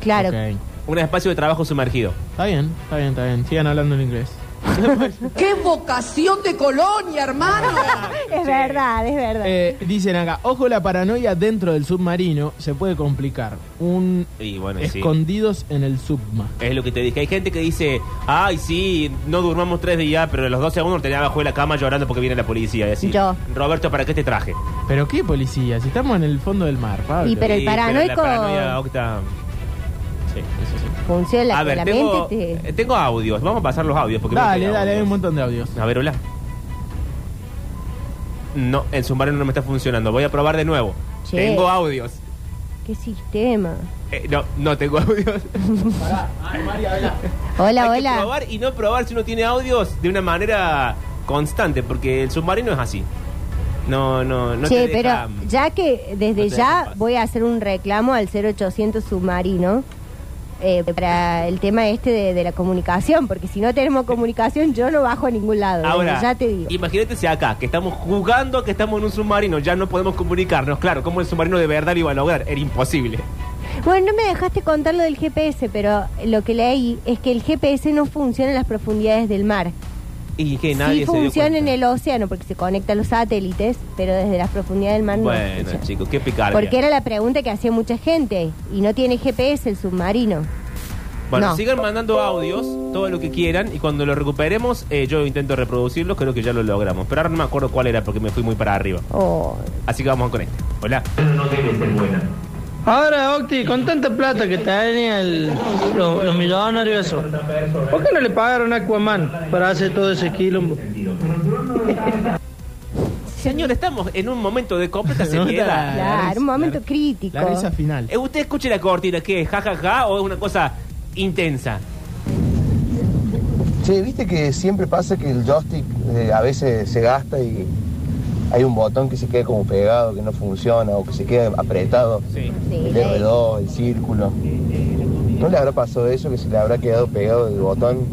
B: Claro.
E: Ok.
A: Un espacio de trabajo sumergido.
E: Está bien, está bien, está bien. Sigan hablando en inglés.
F: ¡Qué vocación de colonia, hermano!
B: Es verdad, es verdad.
E: Eh, dicen acá, ojo la paranoia dentro del submarino se puede complicar. Un
A: Y bueno, sí.
E: escondidos en el subma.
A: Es lo que te dije. Hay gente que dice, ay, sí, no durmamos tres días, pero a los 12 segundos tenía abajo de la cama llorando porque viene la policía. Y así,
B: Yo.
A: Roberto, ¿para qué te traje?
E: Pero qué policía, si estamos en el fondo del mar, Pablo.
B: Y pero el
A: Sí, la
B: paranoico-
A: paranoia, Octa.
E: Sí, eso sí.
B: Funciona la,
A: a ver,
B: la
A: tengo,
B: mente. te-
A: eh, tengo audios. Vamos a pasar los audios. Porque veo que
E: Dale,
A: hay
E: dale, hay un
A: audios.
E: montón de audios.
A: A ver, hola. No, el submarino no me está funcionando. Voy a probar de nuevo.
B: Che.
A: Tengo audios.
B: ¿Qué sistema?
A: Eh, no, no tengo audios.
B: Hola,
A: Hay que
B: hola.
A: probar y no probar si uno tiene audios de una manera constante, porque el submarino es así. No, no, no
B: che,
A: te
B: pero
A: deja-
B: ya que
A: no
B: desde
A: te deja en
B: ya
A: paz.
B: voy a hacer un reclamo al 0800 submarino eh, para el tema este de, de la comunicación, porque si no tenemos comunicación yo no bajo a ningún lado. desde
A: Ahora,
B: ya te digo.
A: imagínate si acá, que estamos jugando a que estamos en un submarino, ya no podemos comunicarnos. Claro, ¿cómo el submarino de verdad lo iba a lograr? Era imposible.
B: Bueno, no me dejaste contar lo del GPS, pero lo que leí es que el GPS no funciona en las profundidades del mar.
A: Y que nadie se dio
B: Sí funciona en
A: cuenta.
B: el océano porque se conecta a los satélites, pero desde las profundidades del mar no.
A: Bueno,
B: funciona.
A: chicos, qué picardia.
B: Porque era la pregunta que hacía mucha gente y no tiene GPS el submarino.
A: Bueno,
B: No.
A: sigan mandando audios, todo lo que quieran, y cuando lo recuperemos, eh, yo intento reproducirlos, creo que ya lo logramos. Pero ahora no me acuerdo cuál era porque me fui muy para arriba.
B: Oh,
A: Así que vamos con este. Hola.
G: Ahora, Octi, con tanta plata que tenía el, lo- los millonarios, eso, ¿por qué no le pagaron a Aquaman para hacer todo ese quilombo?
A: Señor, estamos en un momento de completa
E: No,
A: seriedad.
E: la- la
B: Claro,
E: risa,
B: un momento
E: la-
B: crítico.
E: La risa final.
A: Eh, ¿Usted escuche la cortina que es jajaja o es una cosa intensa?
H: Che, viste que siempre pasa que el joystick eh, a veces se gasta y hay un botón que se queda como pegado, que no funciona o que se queda apretado.
A: Sí.
B: Sí,
H: El
B: la-
H: R2, el círculo. ¿No le habrá pasado eso que se le habrá quedado pegado el botón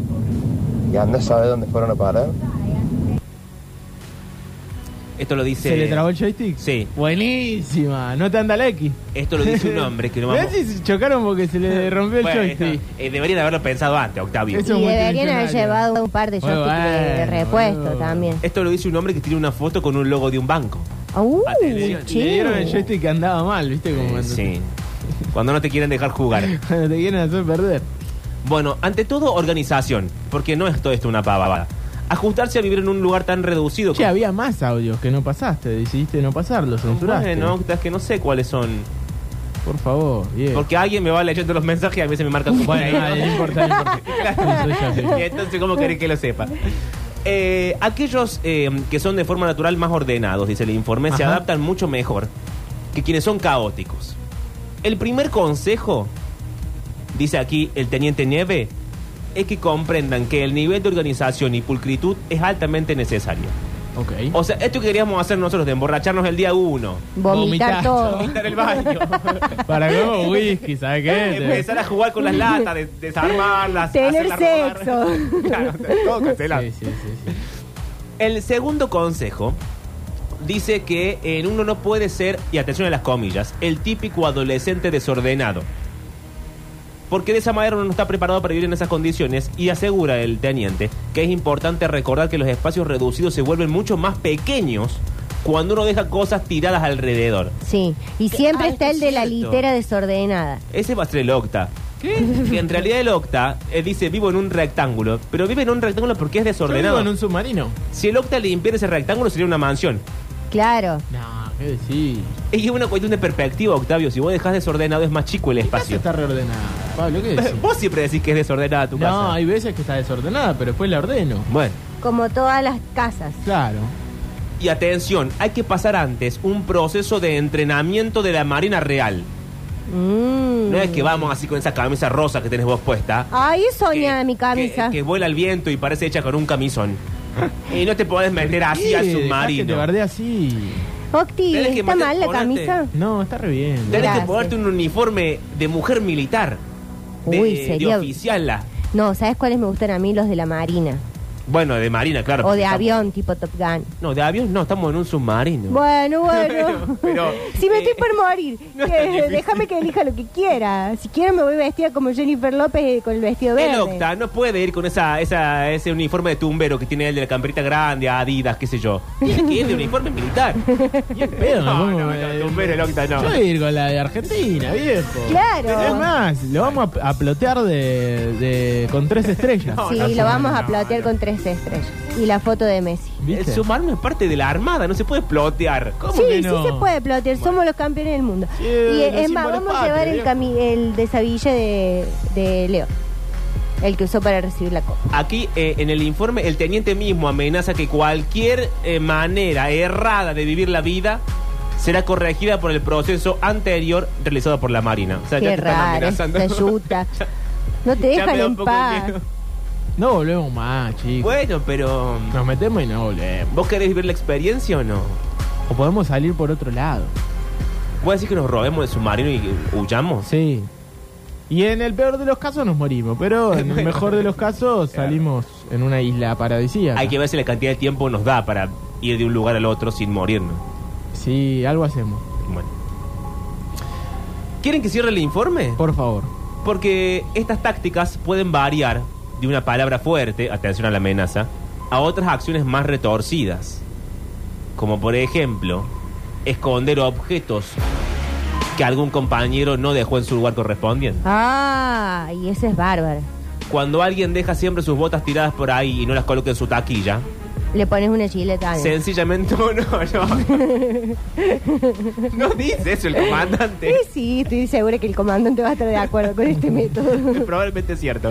H: y anda a saber dónde fueron a parar?
A: Esto lo dice.
E: ¿Se le trabó el joystick?
A: Sí.
E: Buenísima. No te anda la X.
A: Esto lo dice un hombre que no
E: Mirá
A: vamos.
E: si se chocaron porque se le rompió el
A: Bueno,
E: joystick.
A: esto, eh, deberían haberlo pensado antes, Octavio.
E: Eso es
B: Y
E: muy
B: deberían haber
E: tradicional.
B: llevado un par de
E: Muy
B: joystick de- de
E: bueno,
B: repuesto
E: boludo.
B: también.
A: Esto lo dice un hombre que tiene una foto con un logo de un banco.
B: Uh,
A: Atención.
E: Le dieron el
B: che.
E: joystick que andaba mal, ¿viste? Como cuando,
A: Sí. Cuando no te quieren dejar jugar.
E: cuando te quieren hacer perder.
A: Bueno, ante todo, organización. Porque no es todo esto una pavada. Ajustarse a vivir en un lugar tan reducido.
E: Che, había más audios que no pasaste. Decidiste no pasarlos, censuraste.
A: Bueno, Octa, es que no sé cuáles son.
E: Por favor, bien.
A: Porque alguien me va leyendo los mensajes y a veces me marca su
E: Bueno,
A: cumpleaños.
E: dale, no importa, no importa.
A: Claro.
E: Eso ya sé.
A: Y entonces, ¿cómo querés que lo sepa? Eh, aquellos eh, que son de forma natural más ordenados, dice el informe, se
E: Ajá.
A: adaptan mucho mejor que quienes son caóticos. El primer consejo, dice aquí el teniente Nieve, es que comprendan que el nivel de organización y pulcritud es altamente necesario.
E: Ok.
A: O sea, esto que queríamos hacer nosotros de emborracharnos el día uno,
B: Vomitar
E: Vomitar.
B: todo.
A: pintar el baño,
E: Para que como whisky, ¿sabes qué?
A: empezar a jugar con las latas, des- desarmarlas,
B: Tener
A: hacerlas rodar.
B: sexo.
A: claro, todo cancelado.
E: Sí, sí, sí, sí.
A: El segundo consejo dice que en uno no puede ser, y atención a las comillas, el típico adolescente desordenado. Porque de esa manera uno no está preparado para vivir en esas condiciones y asegura el teniente que es importante recordar que los espacios reducidos se vuelven mucho más pequeños cuando uno deja cosas tiradas alrededor.
B: Sí, y siempre
A: Ah,
B: está el
A: esto
B: de
A: es
B: la
A: cierto.
B: litera desordenada.
A: Ese va a ser el octa. Que en realidad el octa eh, dice vivo en un rectángulo, pero vive en un rectángulo porque es
E: Yo vivo
A: desordenado.
E: en un submarino.
A: Si el octa limpiara ese rectángulo sería una mansión.
B: Claro.
E: No, qué decir.
A: Es una cuestión de perspectiva, Octavio. Si vos dejás desordenado, es más chico el
E: Mi casa
A: espacio.
E: está reordenada. Pablo, ¿qué decís?
A: Vos siempre decís que es desordenada tu
E: No,
A: casa.
E: hay veces que está desordenada, pero después la ordeno.
A: Bueno,
B: Como todas las casas.
E: Claro.
A: y atención, hay que pasar antes un proceso de entrenamiento de la Marina Real.
B: Mm.
A: No es que vamos así con esa camisa rosa que tenés vos puesta.
B: Ahí soñada
A: que-
B: mi camisa.
A: Que, que vuela al viento y parece hecha con un camisón. y no te podés meter así al
E: Sí, dejá que Te
A: submarino.
E: bardé así.
B: Octi,
A: tenés que
B: ¿está
A: meter-
B: mal la
A: ponete-
B: camisa?
E: No, está re bien.
A: Tenés que
B: Gracias.
A: ponerte un uniforme de mujer militar. De,
B: Uy,
A: de
B: sería-
A: oficial. la-
B: No, ¿sabes cuáles me gustan a mí? Los de la marina.
A: Bueno, de marina, claro.
B: O
A: porque
B: de
A: estamos-
B: avión, tipo Top Gun.
A: No, de avión no, estamos en un submarino.
B: Bueno, bueno.
A: Bueno, pero,
B: si me estoy
A: eh,
B: por morir,
A: no es
B: que-
A: tan difícil.
B: déjame que elija lo que quiera. Si quiero me voy vestida como Jennifer López eh, con el vestido verde.
A: El Octa no puede ir con esa, esa, ese uniforme de tumbero que tiene el de la camperita grande, Adidas, qué sé yo. Tiene que ir de uniforme militar.
E: Y el pedo,
A: No,
E: ¿cómo?
A: no, no, tumbero el Octa no.
E: Yo voy a ir con la de Argentina, viejo.
B: Claro.
E: Es más, lo vamos a, a plotear de, de- con tres estrellas.
A: No,
B: sí,
A: no,
B: lo vamos a
A: no,
B: platear
A: no.
B: con tres estrellas. Y la foto de Messi.
A: El
E: ¿Viste?
A: submarino es parte de la armada, no se puede plotear.
E: ¿Cómo
B: Sí,
E: que
B: sí
E: no?
B: se puede plotear, somos los campeones del mundo.
E: Sí,
B: y eh,
E: los
B: es más,
E: símbolos
B: vamos a llevar el,
E: patrios,
B: cami- el desaville de, de Leo, el que usó para recibir la copa.
A: Aquí eh, en el informe el teniente mismo amenaza que cualquier eh, manera errada de vivir la vida será corregida por el proceso anterior realizado por la Marina. O sea, ya
B: Qué
A: te están
B: raro,
A: amenazando.
B: esta yuta. No te
A: Ya me
B: dejan
A: da un
B: en
A: poco de
B: paz.
A: miedo.
E: No volvemos más, chicos.
A: Bueno, pero
E: Nos metemos y no volvemos.
A: ¿vos querés vivir la experiencia o no?
E: O podemos salir por otro lado.
A: ¿Puede decir que nos robemos del submarino y huyamos?
E: Sí. Y en el peor de los casos nos morimos, pero en el mejor de los casos
A: Claro.
E: salimos en una isla paradisíaca.
A: Hay que ver si la cantidad de tiempo nos da para ir de un lugar al otro sin morirnos.
E: Sí, algo hacemos.
A: Bueno. ¿Quieren que cierre el informe?
E: Por favor.
A: Porque estas tácticas pueden variar de una palabra fuerte, atención a la amenaza, a otras acciones más retorcidas. Como por ejemplo, esconder objetos que algún compañero no dejó en su lugar correspondiente.
B: Ah, y ese es bárbaro.
A: Cuando alguien deja siempre sus botas tiradas por ahí y no las coloca en su taquilla,
B: Le pones una chileta. adentro.
A: Sencillamente no, no. No dice eso el comandante.
B: Sí, sí, estoy segura que el comandante va a estar de acuerdo con este método.
A: Probablemente es cierto.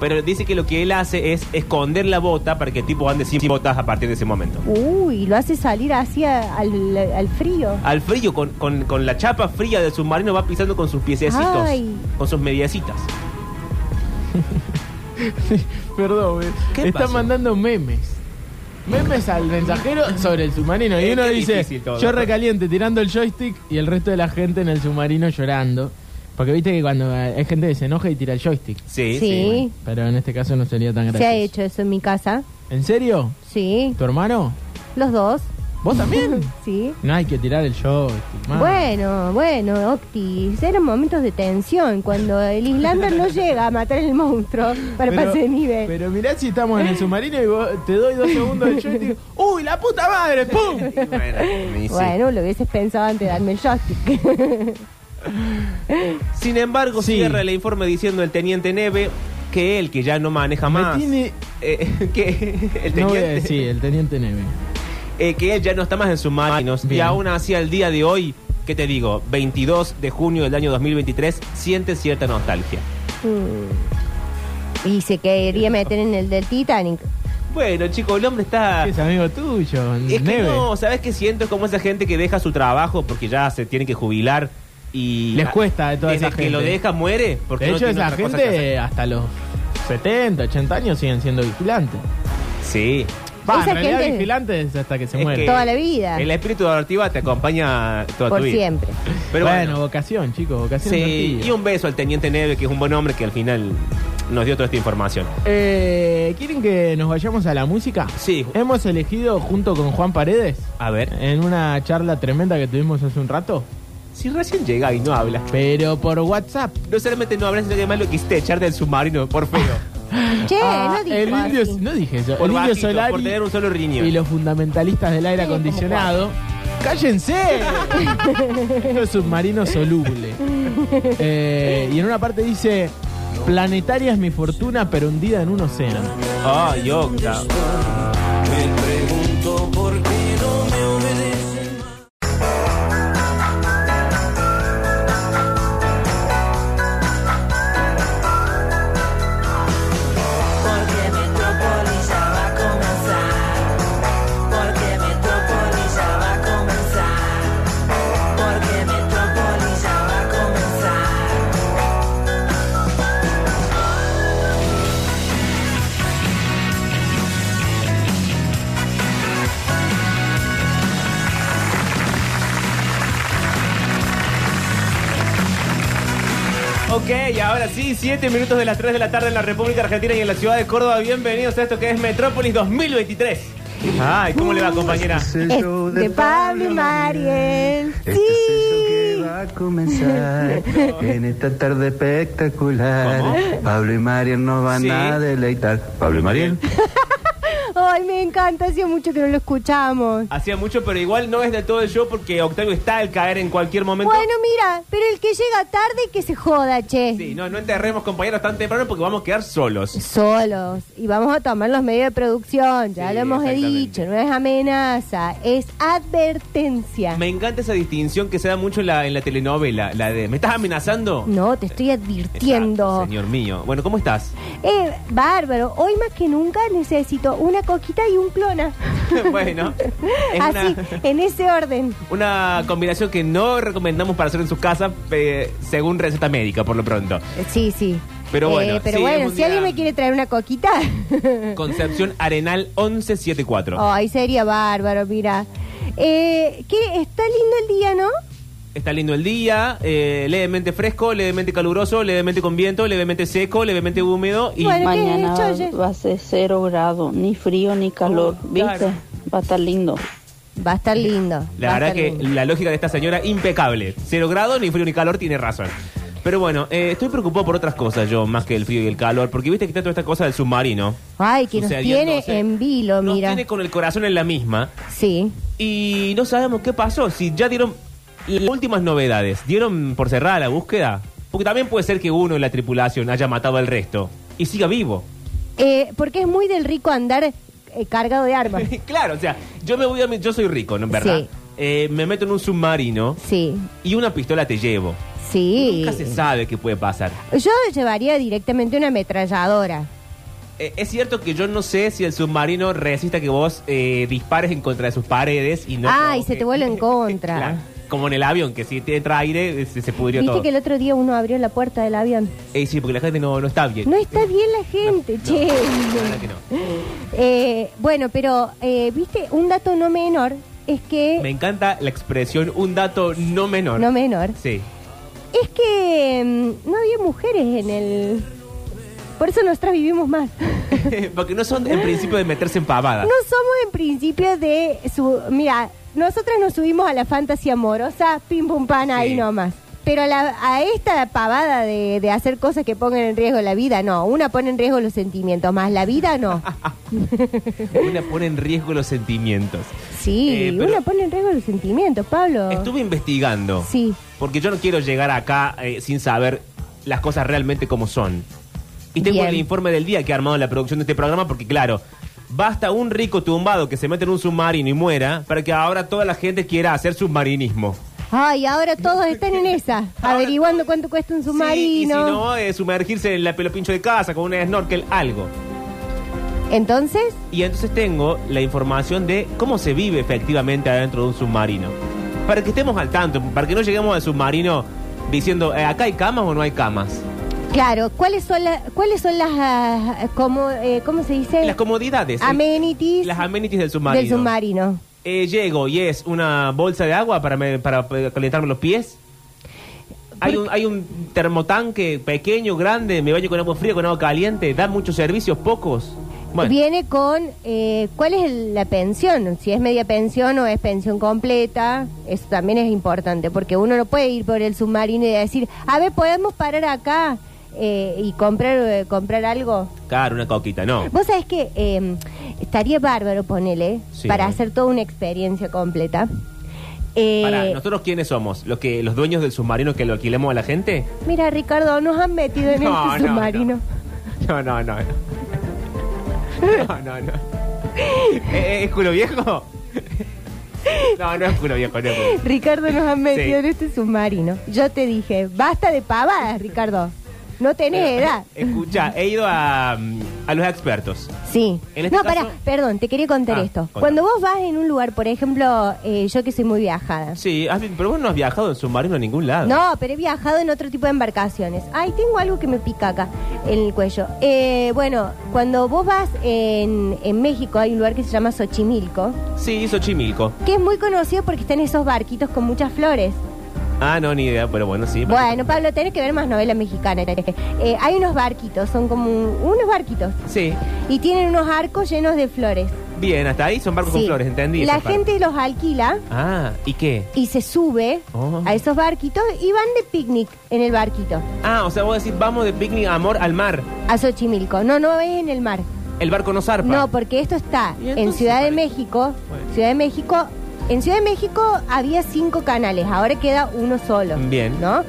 A: Pero dice que lo que él hace es esconder la bota para que el tipo ande sin botas a partir de ese momento.
B: Uy, lo hace salir así a- al, al frío.
A: Al frío, con, con- con la chapa fría del submarino, va pisando con sus piececitos,
B: Ay.
A: con sus mediecitas.
E: Perdón, eh.
A: ¿Qué
E: están
A: pasó?
E: mandando memes. Memes al mensajero sobre el submarino. Y
A: Eh,
E: uno
A: qué
E: dice,
A: difícil todo.
E: yo recaliente tirando el joystick y el resto de la gente en el submarino llorando. Porque viste que cuando eh, hay gente que se enoja y tira el joystick.
A: Sí,
B: Sí.
E: Pero en este caso no sería tan gracioso.
B: Se ha hecho eso en mi casa.
E: ¿En serio?
B: Sí,
E: ¿Tu hermano?
B: los dos.
E: ¿Vos también?
B: Sí.
E: no hay que tirar el joystick. ma.
B: Bueno, bueno, Octi, eran momentos de tensión cuando el Islander no llega a matar el monstruo para
E: Pero-
B: pasar de nivel.
E: Pero mirá si estamos en el submarino y vos- te doy dos segundos del joystick. ¡Uy, la puta madre! ¡Pum!
A: Bueno, y sí.
B: Bueno, lo hubieses pensado antes de darme el joystick.
A: Sin embargo,
E: Sí.
A: cierra el informe diciendo el teniente Neve que él, que ya no maneja
E: Me
A: más.
E: tiene-
A: eh, que el
E: No voy a
A: teniente-
E: decir, el teniente Neve.
A: eh, que él ya no está más en sus manos. Y
E: Bien.
A: aún así, al día de hoy, ¿qué te digo? 22 de junio del año 2023, siente cierta nostalgia.
B: Mm. y se quería meter en el del Titanic.
A: Bueno, chicos, el hombre está.
E: ¿Qué es amigo tuyo?
A: Es que
E: Neve.
A: no, ¿sabes qué siento? Es como esa gente que deja su trabajo porque ya se tiene que jubilar y.
E: Les cuesta de toda
A: Desde
E: esa
A: que
E: gente.
A: lo deja, muere. Porque
E: De
A: no
E: hecho,
A: tiene
E: esa
A: otra cosa que hacer.
E: gente hasta los 70, 80 años siguen siendo vigilantes.
A: Sí.
E: Va,
B: Esa
E: en realidad
B: gente-
E: vigilantes es hasta que se
A: Es
E: mueren.
A: que
B: Toda la vida.
A: El espíritu de adoptiva te acompaña toda
B: Por
A: tu vida.
B: siempre.
A: Pero
E: bueno,
A: bueno.
E: vocación, chicos, vocación.
A: sí,
E: divertida.
A: y un beso al teniente Neve, que es un buen hombre que al final nos dio toda esta información.
E: Eh, ¿Quieren que nos vayamos a la música?
A: Sí.
E: Hemos elegido junto con Juan Paredes,
A: A ver,
E: en una charla tremenda que tuvimos hace un rato,
A: si recién llega y no habla.
E: pero por WhatsApp.
B: Eh,
A: No solamente no hablas, sino que además lo quisiste echar del submarino, por feo.
B: Che,
E: Ah,
B: no dijo
E: el indio,
B: así.
E: no dije eso.
A: Por
E: el indio
A: bajito,
E: Solari
A: por tener un solo riñón.
E: y los fundamentalistas del aire
B: Sí, como
E: acondicionado. ¡Cállense! Esto es submarino soluble. Eh, y en una parte dice: Planetaria es mi fortuna, pero hundida en un océano.
A: Ay, Ah, Octa.
I: Porque Metrópolis ya va a comenzar. Porque Metrópolis ya va a comenzar. Porque Metrópolis ya va a comenzar.
A: Ok, ahora sí, 7 minutos de las 3 de la tarde en la República Argentina y en la ciudad de Córdoba. Bienvenidos a esto que es Metrópolis 2023. Ay, ¿cómo le va, compañera?
C: Este es el
B: Es
C: show
B: de Pablo y Mariel.
C: Este
B: Sí.
C: es el show que va a comenzar en esta tarde espectacular.
A: ¿Cómo?
C: Pablo y Mariel nos van
A: Sí.
C: a deleitar. Pablo y Mariel.
B: Ay, me encanta, hacía mucho que no lo escuchamos.
A: Hacía mucho, pero igual no es de todo el show porque Octavio está al caer en cualquier momento.
B: Bueno, mira, pero el que llega tarde que se joda, che.
A: Sí, no, no enterremos, compañeros, tan temprano porque vamos a quedar solos.
B: Solos. Y vamos a tomar los medios de producción, ya
A: Sí,
B: lo hemos
A: exactamente.
B: dicho, no es amenaza, es advertencia.
A: Me encanta esa distinción que se da mucho en la, en la telenovela, la de ¿me estás amenazando?
B: No, te estoy
A: Exacto,
B: advirtiendo.
A: señor mío. Bueno, ¿cómo estás?
B: Eh, bárbaro, hoy más que nunca necesito una coquita y un clona.
A: bueno, es
B: Así,
A: una,
B: en ese orden.
A: una combinación que no recomendamos para hacer en su casa eh, según receta médica, por lo pronto.
B: Eh, Sí, sí. Eh,
A: Pero bueno,
B: pero
A: sí, es
B: bueno,
A: un
B: si
A: día-
B: alguien me quiere traer una coquita,
A: Concepción Arenal 1174.
B: ay, Oh, sería bárbaro, mira. Eh, ¿qué? Está lindo el día, ¿no?
A: Está lindo el día, eh, levemente fresco, levemente caluroso, levemente con viento, levemente seco, levemente húmedo y
B: Bueno. ¿Pero qué
D: Mañana
B: es,
D: va-
B: Choye?
D: va a ser cero grado, ni frío ni calor,
A: Oh,
D: ¿viste?
A: claro.
D: Va a estar lindo.
B: Va a estar lindo.
A: La
B: va a
A: verdad
B: estar
A: que
B: lindo.
A: la lógica de esta señora impecable. Cero grado, ni frío ni calor, tiene razón. Pero bueno, eh, estoy preocupado por otras cosas yo, más que el frío y el calor, porque viste que está toda esta cosa del submarino.
B: Ay, que nos tiene
A: sucediéndose.
B: en vilo,
A: Nos
B: mira.
A: tiene con el corazón en la misma.
B: Sí.
A: Y no sabemos qué pasó. Si ya dieron las últimas novedades, dieron por cerrada la búsqueda. Porque también puede ser que uno en la tripulación haya matado al resto y siga vivo.
B: Eh, porque es muy del rico andar eh, cargado de armas.
A: claro, o sea, yo me voy a mi- yo soy rico, ¿no? ¿Verdad?
B: Sí.
A: Eh, me meto en un submarino
B: Sí,
A: y una pistola te llevo.
B: sí.
A: Nunca se sabe qué puede pasar.
B: Yo llevaría directamente una ametralladora.
A: Eh, es cierto que yo no sé si el submarino resista que vos eh, dispares en contra de sus paredes y no.
B: Ah,
A: no,
B: y se
A: que-
B: te vuelve en contra.
A: Claro, Como en el avión, que si te entra aire eh, se, se pudrió
B: Viste
A: todo.
B: que el otro día uno abrió la puerta del avión.
A: Eh, sí, porque la gente no, no está bien.
B: No está bien la gente, che.
A: La verdad que no.
B: Eh, bueno, pero, eh, viste, un dato no menor es que...
A: Me encanta la expresión un dato no menor.
B: No menor.
A: Sí.
B: Es que mm, no había mujeres en el... Por eso nosotras vivimos más.
A: porque no son en principio de meterse en pavadas.
B: No somos en principio de su. Mira, nosotras nos subimos a la fantasía amorosa, pim pum pan ahí
A: Sí.
B: nomás. Pero la- a esta pavada de, de hacer cosas que pongan en riesgo la vida, no. Una pone en riesgo los sentimientos, más la vida no.
A: Eh, Una pone en riesgo los sentimientos.
B: Sí,
A: Eh, pero-
B: una pone en riesgo los sentimientos, Pablo.
A: Estuve investigando.
B: Sí.
A: Porque yo no quiero llegar acá eh, sin saber las cosas realmente como son. Y tengo
B: Bien.
A: el informe del día que ha armado la producción de este programa porque, claro, basta un rico tumbado que se mete en un submarino y muera para que ahora toda la gente quiera hacer submarinismo.
B: Ay, ahora todos están en esa, averiguando cuánto cuesta un
A: Sí, y si
B: submarino.
A: no, eh, sumergirse en la pelopincho de casa con una snorkel, algo.
B: Entonces,
A: Y entonces tengo la información de cómo se vive efectivamente adentro de un submarino. Para que estemos al tanto, para que no lleguemos al submarino diciendo, eh, ¿acá hay camas o no hay camas?
B: claro, ¿cuáles son, las cuáles son las. ah, como, eh, ¿Cómo se dice?
A: Las comodidades. el-
B: amenities
A: Las amenities del submarino.
B: del submarino.
A: Eh, llego y es una bolsa de agua para, me- para eh, calentarme los pies. Hay un, hay un termotanque pequeño, grande, me baño con agua fría, con agua caliente, da muchos servicios, pocos. Bueno,
B: Viene con, eh, ¿cuál es el- la pensión? Si es media pensión o es pensión completa, eso también es importante, porque uno no puede ir por el submarino y decir, a ver, podemos parar acá eh, y comprar, eh, comprar algo.
A: claro, una coquita, no.
B: Vos sabés que eh, estaría bárbaro, ponele,
A: Sí.
B: para hacer toda una experiencia completa. Eh,
A: Pará, ¿nosotros quiénes somos? ¿Los, que, ¿Los dueños del submarino que lo alquilemos a la gente?
B: Mira, Ricardo, nos han metido en
A: No,
B: este
A: no,
B: submarino.
A: No, no, no. No, no, no. ¿Eh, eh, ¿Es culo viejo? No, no es culo viejo, no es culo viejo.
B: Ricardo nos han metido
A: Sí.
B: en este submarino. Yo te dije, basta de pavadas, Ricardo. No tenés edad.
A: eh, Escucha, he ido a, mm, a los expertos.
B: Sí.
A: En este
B: no,
A: caso-
B: pará, perdón, te quería contar
A: Ah,
B: esto.
A: contame.
B: Cuando vos vas en un lugar, por ejemplo, eh, yo que soy muy viajada.
A: Sí, has- pero vos no has viajado en submarino a ningún lado.
B: No, pero he viajado en otro tipo de embarcaciones. Ay, tengo algo que me pica acá en el cuello. Eh, bueno, cuando vos vas en, en México hay un lugar que se llama Xochimilco,
A: Sí, Xochimilco.
B: que es muy conocido porque están esos barquitos con muchas flores.
A: Ah, no, ni idea, pero bueno, sí.
B: Bueno, Pablo, tenés que ver más novelas mexicanas. Eh, hay unos barquitos, son como un- unos barquitos.
A: Sí,
B: Y tienen unos arcos llenos de flores.
A: bien, hasta ahí son barcos
B: Sí.
A: con flores, entendí.
B: La
A: esa parte.
B: gente los alquila
A: Ah, ¿y qué?
B: y se sube
A: Oh.
B: a esos barquitos y van de picnic en el barquito
A: Ah, o sea, vos decís, vamos de picnic, amor, al mar.
B: a Xochimilco. No, no es en el mar.
A: El barco no zarpa.
B: No, porque esto está
A: ¿Y
B: en
A: entonces,
B: Ciudad de
A: Mari?
B: México.
A: Bueno.
B: Ciudad de México. En Ciudad de México había cinco canales, ahora queda uno solo.
A: Bien.
B: ¿No?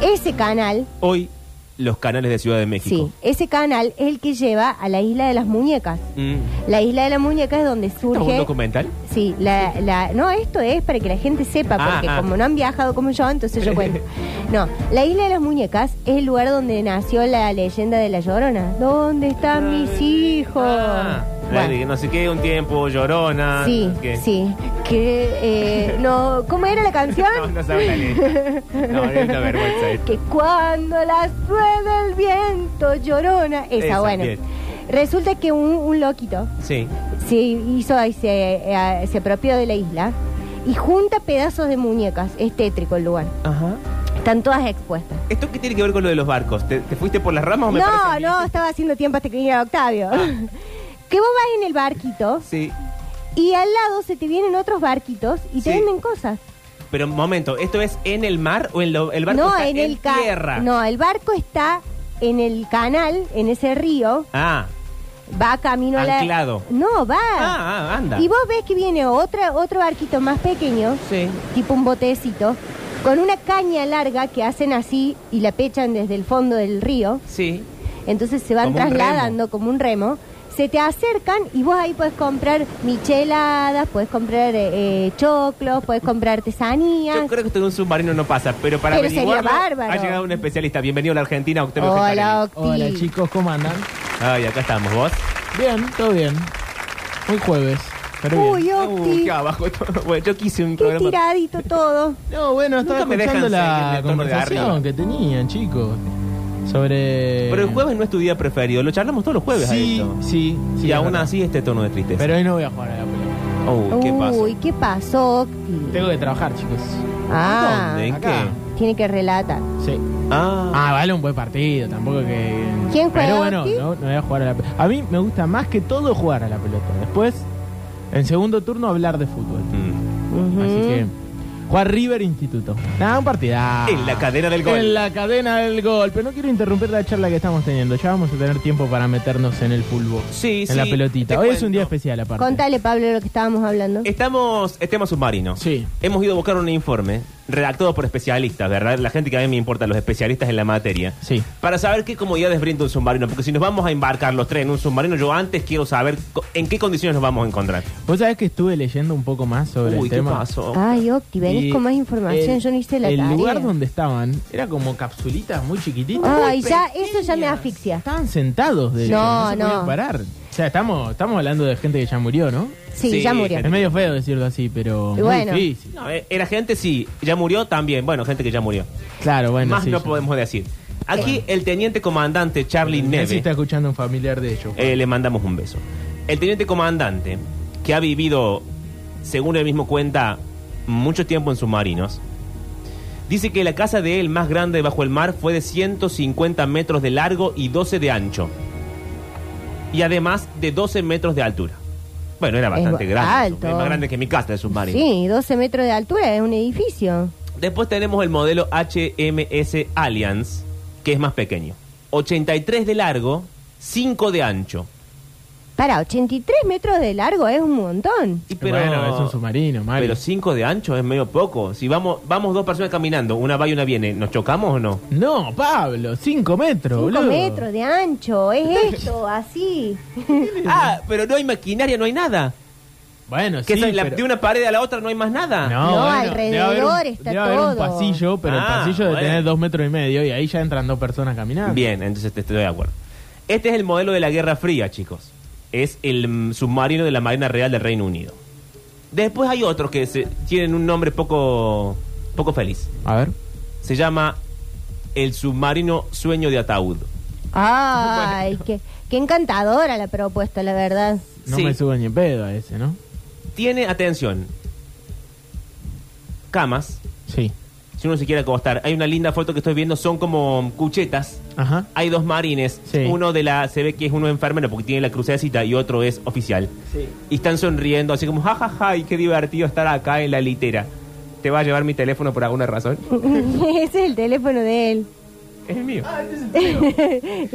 B: Ese canal,
A: Hoy, los canales de Ciudad de México.
B: sí, ese canal es el que lleva a la isla de las muñecas.
A: Mm.
B: La isla de las muñecas es donde
A: ¿Esto es un
B: surge.
A: documental?
B: Sí, la, la- no, esto es para que la gente sepa,
A: Ah,
B: porque
A: ah.
B: como no han viajado como yo, entonces yo cuento. No, la isla de las muñecas es el lugar donde nació la leyenda de la llorona. ¿Dónde están mis hijos?
A: Ah, la
B: Bueno,
A: de no sé qué, un tiempo, llorona.
B: sí,
A: no sé qué.
B: sí. Que, eh, no, ¿Cómo era la canción?
A: No, no sabe la letra. No, es una vergüenza ¿eh? esto.
B: que cuando las rueda el viento, llorona. Esa,
A: Esa,
B: bueno.
A: bien.
B: Resulta que un- un loquito
A: Sí.
B: se hizo y se, eh, se apropió de la isla y junta pedazos de muñecas. Es tétrico el lugar.
A: Ajá.
B: Están todas expuestas.
A: ¿Esto qué tiene que ver con lo de los barcos? ¿Te, te fuiste por las ramas o me parece Ah. a
B: No,
A: mí?
B: no, estaba haciendo tiempo hasta que viniera Octavio. que vos vas en el barquito
A: Sí.
B: y al lado se te vienen otros barquitos y te
A: Sí.
B: venden cosas.
A: Pero un momento, ¿esto es en el mar o en lo- el barco
B: no,
A: está
B: en
A: en,
B: el ca-
A: tierra?
B: No, el barco está en el canal, en ese río,
A: Ah,
B: va camino
A: Anclado.
B: a la. No, va.
A: ah, ah, anda.
B: Y vos ves que viene otra, otro barquito más pequeño,
A: Sí.
B: tipo un botecito, con una caña larga que hacen así y la pechan desde el fondo del río.
A: Sí.
B: Entonces se van
A: Como un
B: trasladando como un remo. se te acercan y vos ahí puedes comprar micheladas, puedes comprar eh, eh, choclos, puedes comprar
A: Yo
B: artesanías.
A: creo que esto de un submarino no pasa, pero para
B: Pero sería
A: averiguarlo
B: bárbaro.
A: ha llegado un especialista. Bienvenido a la Argentina, Octavio
B: Hola,
A: Gentarelli.
B: Octi.
E: Hola chicos, ¿cómo andan?
A: Ay, acá estamos, vos.
E: Bien, todo bien. Hoy jueves. Pero bien.
B: Uy,
A: Uh,
B: Octi,
A: qué abajo todo. Bueno, yo quise un
B: qué
A: programa.
B: tiradito todo.
E: No, bueno, estaba
A: Nunca me dejan
E: escuchando
A: seguir
E: la
A: el tono de arriba.
E: conversación que tenían, chicos. Sobre.
A: Pero el jueves no es tu día preferido, lo charlamos todos los jueves. a
E: Sí,
A: esto.
E: sí, sí.
A: y
E: es
A: aún
E: verdad.
A: así este tono de tristeza.
E: Pero hoy no voy a jugar a la pelota.
A: Uy, ¿qué pasa?
B: Uy, ¿qué pasó, Octi?
E: Tengo que trabajar, chicos.
B: Ah,
A: ¿Dónde? ¿En
E: acá.
A: qué?
B: tiene que relatar.
E: Sí.
A: Ah,
E: Ah, vale un buen partido, tampoco que.
B: ¿Quién juega,
E: Pero bueno,
B: Octi?
E: no, no voy a jugar a la pelota. A mí me gusta más que todo jugar a la pelota. Después, en segundo turno, hablar de fútbol.
A: mm.
E: Así que. Jugar River Instituto. Nada, un partidazo.
A: en la cadena del gol.
E: En la cadena del gol. Pero no quiero interrumpir la charla que estamos teniendo. Ya vamos a tener tiempo para meternos en el fútbol.
A: Sí,
E: en
A: sí,
E: la
A: te
E: pelotita. Hoy es
A: cuento.
E: un día especial, aparte.
B: Contale, Pablo, lo que estábamos hablando.
A: Estamos, tema submarino.
E: Sí.
A: Hemos ido a buscar un informe redactado por especialistas, ¿verdad? La gente que a mí me importa, los especialistas en la materia.
E: Sí.
A: Para saber qué comodidades brinda un submarino. Porque si nos vamos a embarcar los tres en un submarino, yo antes quiero saber co- en qué condiciones nos vamos a encontrar.
E: Vos sabés que estuve leyendo un poco más sobre
A: Uy,
E: el
A: ¿qué
E: tema.
A: pasó?
B: Ay, Octi, venís
E: Y
B: con más información.
E: el-
B: Yo no hice la
E: El
B: tarea.
E: lugar donde estaban era como capsulitas muy chiquititas.
B: Ay,
E: muy
B: ya,
E: pequeñas.
B: eso ya me asfixia.
E: Estaban sentados, de hecho,
B: No,
E: no, se
B: no.
E: podían parar. O sea, estamos, estamos hablando de gente que ya murió, ¿no?
B: Sí,
A: Sí,
B: ya murió.
E: Es medio feo decirlo así, pero
B: Y
E: muy
B: bueno.
E: difícil.
A: No, eh, era gente, sí. Ya murió también. Bueno, gente que ya murió.
E: Claro, bueno,
A: Más
E: sí,
A: no
E: ya.
A: podemos decir. Aquí el teniente comandante Charlie
E: No sé si
A: Neve.
E: está escuchando un familiar de ellos.
A: Eh, le mandamos un beso. El teniente comandante, que ha vivido, según él mismo cuenta, mucho tiempo en submarinos, dice que la casa de él más grande bajo el mar fue de 150 metros de largo y 12 de ancho. Y además de 12 metros de altura. Bueno, era
B: Es
A: bastante
B: ba-
A: grande.
B: alto.
A: Es más grande que mi casa de submarino.
B: Sí, 12 metros de altura, es un edificio.
A: Después tenemos el modelo HMS Alliance, que es más pequeño. 83 de largo, 5 de ancho.
B: Para, 83 metros de largo es un montón.
A: Y pero,
E: pero, bueno, es un submarino, Mario.
A: Pero 5 de ancho es medio poco. Si vamos vamos dos personas caminando, una va y una viene, ¿nos chocamos o no?
E: No, Pablo, 5 metros,
B: 5
E: boludo.
B: metros de ancho, es esto, así.
A: ah, pero no hay maquinaria, no hay nada.
E: Bueno,
A: Que
E: sí,
A: esa- la-
E: pero-
A: de una pared a la otra no hay más nada.
E: No,
B: No,
E: bueno,
B: alrededor
E: debe haber un-
B: está
E: debe haber
B: todo.
E: un pasillo, pero el
A: Ah,
E: pasillo de
A: bueno.
E: tener dos metros y medio y ahí ya entran dos personas caminando.
A: Bien, entonces te estoy de acuerdo. Este es el modelo de la Guerra Fría, chicos. Es el mm, submarino de la Marina Real del Reino Unido. Después hay otros que se- tienen un nombre poco, poco feliz.
E: A ver.
A: Se llama el submarino Sueño de Ataúd.
B: Ay, qué, qué encantadora la propuesta, la verdad.
E: No
A: Sí.
E: me subo ni en pedo a ese, ¿no?
A: Tiene, atención, camas,
E: Sí.
A: si uno se quiere acostar. Hay una linda foto que estoy viendo, son como cuchetas.
E: Ajá.
A: Hay dos marines,
E: Sí.
A: uno de la, se ve que es uno enfermero porque tiene la crucecita y otro es oficial. Y están sonriendo, así como, jajaja, ja, ja, y qué divertido estar acá en la litera. ¿Te va a llevar mi teléfono por alguna razón?
B: Ese es el teléfono de él.
A: Es el mío.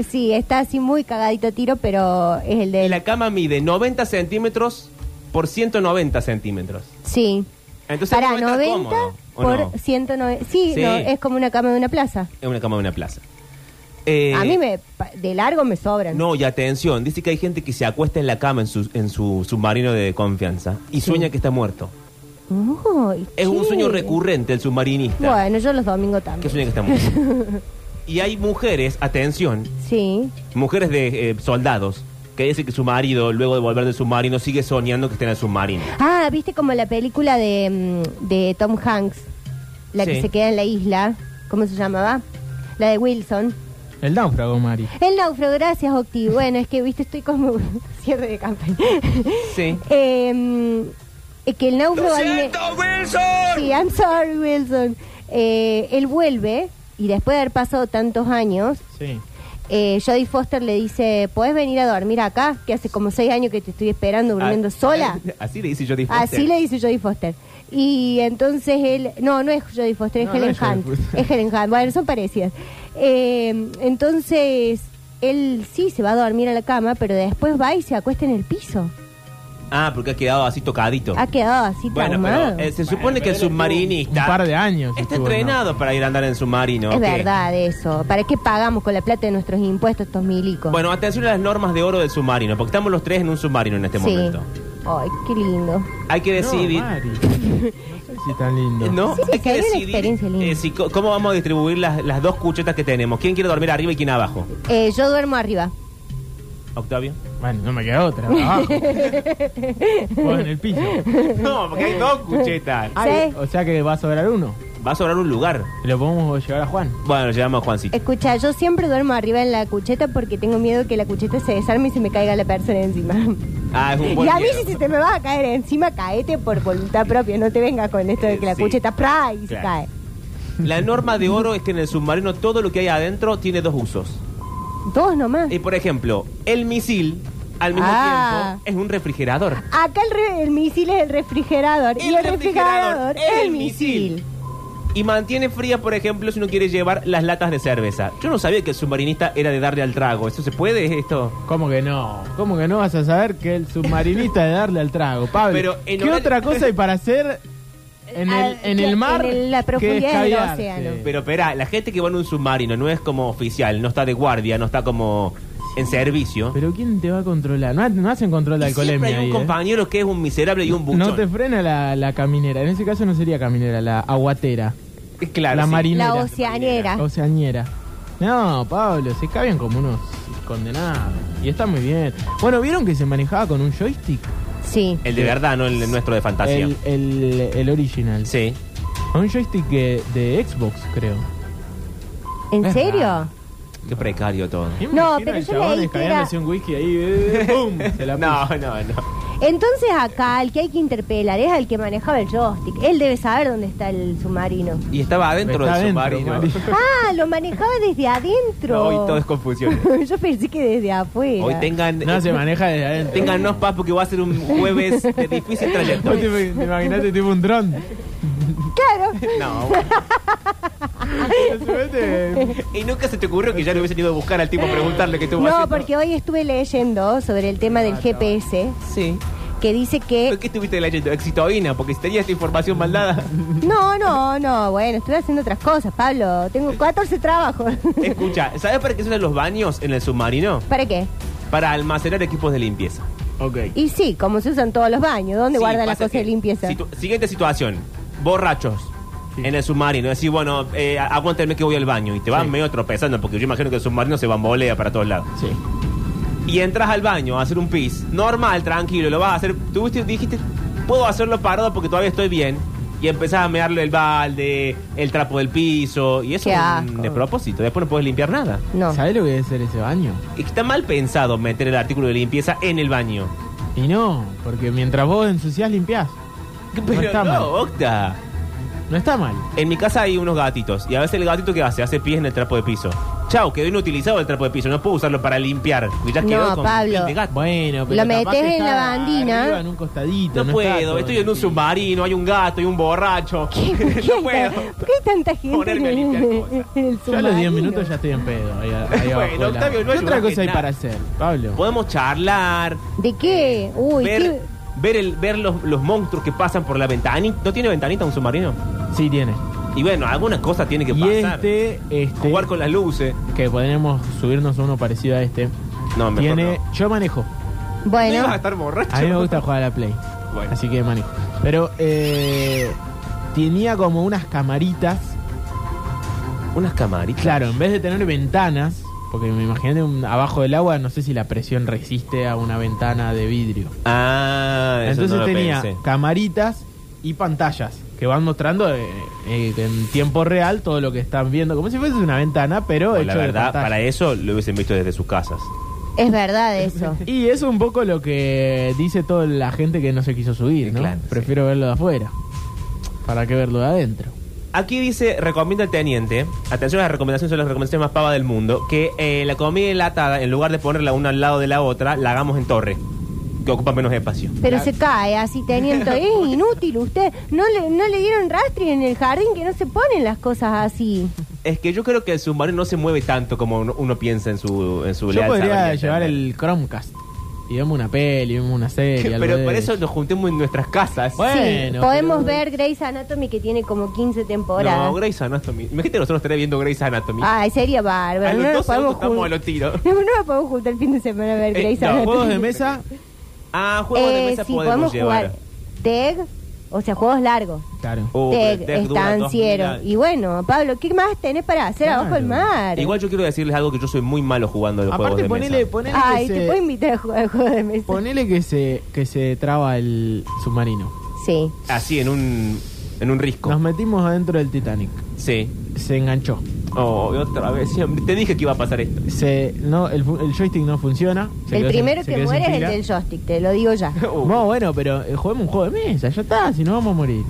B: Sí, está así muy cagadito a tiro, pero es el de él.
A: La cama mide 90 centímetros por 190 centímetros.
B: Sí.
A: Entonces,
B: Para
A: ¿no está
B: 90
A: cómodo, ¿o
B: por
A: no?
B: 190. Sí,
A: Sí.
B: no, es como una cama de una plaza.
A: Es una cama de una plaza. Eh,
B: A mí me, pa- de largo me sobran.
A: No, y atención, dice que hay gente que se acuesta en la cama en su, en su submarino de confianza y sueña que está muerto.
B: Uy,
A: Es un
B: che.
A: sueño recurrente el submarinista
B: Bueno, yo los domingos
A: que
B: también.
A: sueña que está muerto. y hay mujeres, atención,
B: Sí.
A: mujeres de eh, soldados que dicen que su marido, luego de volver del submarino, sigue soñando que está en el submarino.
B: Ah, viste como la película de, mm, de Tom Hanks, la que
A: Sí.
B: se queda en la isla. ¿Cómo se llamaba? La de Wilson.
E: El náufrago, Mari.
B: El náufrago, gracias, Octi. Bueno, es que, viste, estoy como cierre de campaña.
A: Sí.
B: Eh, mm, eh, que el náufrago... al- Sí, I'm sorry, Wilson. Eh, él vuelve y después de haber pasado tantos años,
E: Sí.
B: eh, Jodie Foster le dice, ¿puedes venir a dormir acá? Que hace como seis años que te estoy esperando durmiendo
A: Ah,
B: sola.
A: Así le dice yo
B: Así le dice Jodie Foster. Y entonces él, no, no es Jodie Foster, es
E: No, no
B: Helen
E: es Jodie
B: Hunt.
E: Foster.
B: Es Helen Hunt, bueno, son parecidas. Eh, entonces, él sí se va a dormir a la cama, pero después va y se acuesta en el piso.
A: Ah, porque ha quedado así tocadito.
B: Ha quedado así
A: Bueno,
B: traumado.
A: pero eh, se supone que el submarinista.
E: Un par de años
A: Está
E: estuvo, ¿no?
A: entrenado para ir a andar en submarino.
B: es
A: ¿o qué?
B: verdad eso. ¿Para qué pagamos con la plata de nuestros impuestos estos milicos?
A: Bueno, atención a las normas de oro del submarino, porque estamos los tres en un submarino en este
B: sí.
A: momento.
B: Ay, qué lindo.
A: Hay que decidir. eh,
E: No, Mari, no sé si tan lindo.
A: No,
B: Sí, sí,
A: hay que
B: sería una
A: decidir
B: experiencia linda.
A: eh, si co- cómo vamos a distribuir las, las dos cuchetas que tenemos. ¿Quién quiere dormir arriba y quién abajo?
B: Eh, yo duermo arriba.
A: Octavio.
E: Bueno, no me queda otra. Abajo. Vos en el piso.
A: No, porque hay dos cuchetas.
B: Sí.
E: O sea que va a sobrar uno.
A: Va a sobrar un lugar.
E: Y Lo podemos llevar a Juan.
A: Bueno, lo llamamos a Juancito.
B: Escucha, yo siempre duermo arriba en la cucheta porque tengo miedo que la cucheta se desarme y se me caiga la persona encima.
A: Ah, es un buen
B: Y a mí
A: miedo.
B: si se te me va a caer encima, caete por voluntad propia. No te vengas con esto de que la
A: Sí.
B: cucheta ¡pra! y se
A: Claro.
B: cae.
A: La norma de oro es que en el submarino todo lo que hay adentro tiene dos usos.
B: Dos nomás.
A: Y por ejemplo, el misil al mismo
B: Ah.
A: tiempo es un refrigerador.
B: Acá el, re- el misil es el refrigerador
A: El
B: y el
A: refrigerador
B: refrigerador,
A: es el
B: es el
A: misil.
B: misil.
A: Y mantiene fría, por ejemplo, si uno quiere llevar las latas de cerveza. Yo no sabía que el submarinista era de darle al trago. ¿Eso se puede, esto?
E: ¿Cómo que no? ¿Cómo que no vas a saber que el submarinista de darle al trago? Pablo,
A: Pero en
E: ¿qué
A: horario-
E: otra cosa hay para hacer en el,
B: Al-
E: en el
B: que-
E: mar?
B: en el- la
E: que
B: profundidad del
E: escabearse?
B: océano.
A: Pero espera, la gente que va en un submarino no es como oficial, no está de guardia, no está como en servicio.
E: Pero ¿quién te va a controlar? No, ha- no hacen control de
A: Y siempre
E: alcoholemia
A: hay un
E: ahí, ¿eh?
A: compañero que es un miserable y un buchón.
E: No te frena la, la caminera. En ese caso no sería caminera, la aguatera,
A: Claro,
E: la
A: sí.
E: marinera,
B: La oceanera.
E: oceañera. No, Pablo, se caben como unos condenados. Y está muy bien. Bueno, ¿vieron que se manejaba con un joystick?
B: Sí.
A: El de verdad, no el nuestro de fantasía.
E: El, el, el original.
A: Sí.
E: Con Un joystick de, de Xbox, creo.
B: ¿En
E: Es
B: serio?
A: Qué precario todo.
E: Yo me
B: No,
E: imagino
B: pero
E: el
B: yo
E: chabón
B: leí que
E: escabeándose un whisky ahí, eh, ¡pum! Se la
A: No,
E: puso.
A: no, no.
B: Entonces acá el que hay que interpelar es al que manejaba el joystick. Él debe saber dónde está el submarino.
A: Y estaba adentro
E: Está
A: del
E: adentro,
A: submarino.
E: Mari.
B: Ah, lo manejaba desde adentro.
A: Hoy todo es confusión.
B: Yo pensé que desde afuera.
A: Hoy tengan.
E: No, se maneja desde
A: Eh,
E: adentro.
A: Téngannos paz porque va a ser un jueves de difícil
E: Vos
A: trayectoria.
E: te, te imaginaste tipo un dron.
B: Claro.
A: No, bueno. y nunca se te ocurrió que ya le hubiesen ido a buscar al tipo a preguntarle qué estuvo
B: No,
A: haciendo. Ah,
B: porque hoy estuve leyendo sobre el tema del GPS
A: Sí.
B: que dice
A: ¿Pero
B: que...
A: qué estuviste leyendo? Exitoína, porque si tenía esta información mal dada.
B: No, no, no. Bueno, estuve haciendo otras cosas, Pablo. Tengo 14 trabajos.
A: Escucha, ¿sabes para qué son los baños en el submarino?
B: ¿Para qué?
A: Para almacenar equipos de limpieza.
E: Ok.
B: Y sí, como se usan todos los baños, ¿dónde
A: Sí,
B: guardan las
A: pasa
B: cosas
A: que-
B: de limpieza?
A: situ- siguiente situación. Borrachos. En el submarino, decís, bueno, eh, aguántame que voy al baño. Y te van
E: Sí.
A: medio tropezando, porque yo imagino que el submarino se bambolea para todos lados.
E: Sí.
A: y entras al baño a hacer un pis, normal, tranquilo, lo vas a hacer. Tuviste, dijiste, puedo hacerlo parado porque todavía estoy bien. Y empezás a mearle el balde, el trapo del piso, y eso
B: Qué
A: es un
B: asco.
A: despropósito. Después no puedes limpiar nada.
B: No.
E: ¿Sabés lo que debe ser ese baño?
A: Y está mal pensado meter el artículo de limpieza en el baño.
E: Y no, porque mientras vos ensuciás, limpiás.
A: Pero
E: está
A: no,
E: mal.
A: Octa.
E: No está mal.
A: En mi casa hay unos gatitos, y a veces el gatito que hace, hace pies en el trapo de piso. Chao, quedó inutilizado el trapo de piso, no puedo usarlo para limpiar. porque Ya
B: No,
A: quedó con
B: Pablo.
A: piel de gato.
E: Bueno, pero
B: Lo
E: capaz
B: metés
E: que
B: en
E: está
B: la bandina.
E: arriba en un costadito.
A: No,
E: está
A: puedo,
E: todo
A: estoy en un
E: sí.
A: submarino, hay un gato, hay un borracho.
B: ¿Qué- por qué
A: no
B: hay
A: puedo.
B: tan- ¿Por qué hay tanta gente en
A: Ponerme a
B: el,
A: limpiar cosas.
B: en el
E: Yo a los 10
B: submarino?
E: minutos ya estoy en pedo. ahí- ahí abajo
A: Bueno,
E: del
A: Octavio,
E: agua.
A: no
E: ¿Qué otra
A: ayudaste
E: cosa hay
A: nada.
E: para hacer, Pablo?
A: Podemos charlar,
B: ¿De qué? Uy,
A: ver,
B: qué-
A: ver, el, ver los, los monstruos que pasan por la ventanita. ¿No tiene ventanita un submarino?
E: Sí, tiene.
A: Y bueno, alguna cosa tiene que
E: Y
A: pasar.
E: este, este,
A: Jugar con las luces.
E: que podemos subirnos a uno parecido a este,
A: No, mejor
E: tiene.
A: no.
E: Yo manejo.
A: ¿No ibas a
B: Bueno,
A: estar borracho?
E: A mí me gusta jugar a la Play.
A: Bueno.
E: Así que manejo. Pero eh, tenía como unas camaritas
A: Unas camaritas.
E: Claro, en vez de tener ventanas, porque me imaginé un- abajo del agua, no sé si la presión resiste a una ventana de vidrio.
A: Ah, eso
E: Entonces
A: no lo
E: tenía
A: pensé.
E: camaritas y pantallas que van mostrando eh, eh, en tiempo real todo lo que están viendo, como si fuese una ventana, pero
A: Bueno,
E: hecho
A: la
E: de
A: verdad,
E: pantalla.
A: para eso lo hubiesen visto desde sus casas.
B: es verdad eso.
E: Y es un poco lo que dice toda la gente que no se quiso subir, ¿no?
A: Claro,
E: Prefiero verlo de afuera. ¿Para qué verlo de adentro?
A: Aquí dice, recomienda el teniente, atención a las recomendaciones, son las recomendaciones más pavas del mundo, que eh, la comida enlatada, en lugar de ponerla una al lado de la otra, la hagamos en torre, que ocupa menos espacio.
B: Pero se cae así teniendo, es inútil usted. No le, no le dieron rastre en el jardín que no se ponen las cosas así.
A: Es que yo creo que el submarino no se mueve tanto como uno, uno piensa en su en su
E: Yo
A: leal
E: podría
A: saber y
E: llevar
A: entender.
E: el Chromecast. y vemos una peli, vemos una serie. algo
A: Pero
E: de
A: por eso nos juntemos en nuestras casas.
E: Bueno,
B: sí, podemos ver Grey's Anatomy que tiene como 15 temporadas.
A: No, Grey's Anatomy. Imagínate nosotros tres viendo Grey's Anatomy.
B: Ay, sería
A: a
B: bárbaro.
A: los
B: No nos,
A: 12 minutos
B: Ah, podemos
A: estamos a
B: jun-
A: los tiros.
B: no, no nos podemos juntar el fin de semana a ver
A: Eh,
B: Grey's
A: no,
B: Anatomy.
E: Juegos de mesa,
A: Ah, juegos de
B: Eh,
A: mesa
B: sí,
A: podemos,
B: podemos
A: llevar.
B: jugar tag, o sea, juegos largos.
E: claro.
A: Oh, pero
B: tag,
A: Tech dura dos mil
B: Eh, estanciero.
A: años.
B: Y bueno, Pablo, ¿qué más tenés para hacer
E: Claro.
B: abajo del mar?
A: Igual yo quiero decirles algo que yo soy muy malo jugando a los juegos
E: Aparte
A: de
E: ponele,
A: mesa.
E: ponele
B: Ay,
E: que
B: te
E: se,
B: puedo invitar a jugar al juego de mesa.
E: ponele que se que se traba el submarino.
B: Sí.
A: Así, en un, en un risco.
E: Nos metimos adentro del Titanic.
A: Sí.
E: Se enganchó.
A: Oh, otra vez. siempre- Te dije que iba a pasar esto.
E: Se, no, el, fu- el joystick no funciona. Se
B: el
E: quedó sin-
B: primero
E: se
B: que
E: quedó sin
B: muere es el
E: pila.
B: del joystick, te lo digo ya.
A: Uh,
E: No, bueno, pero eh, juguemos un juego de mesa, ya está, si no vamos a morir.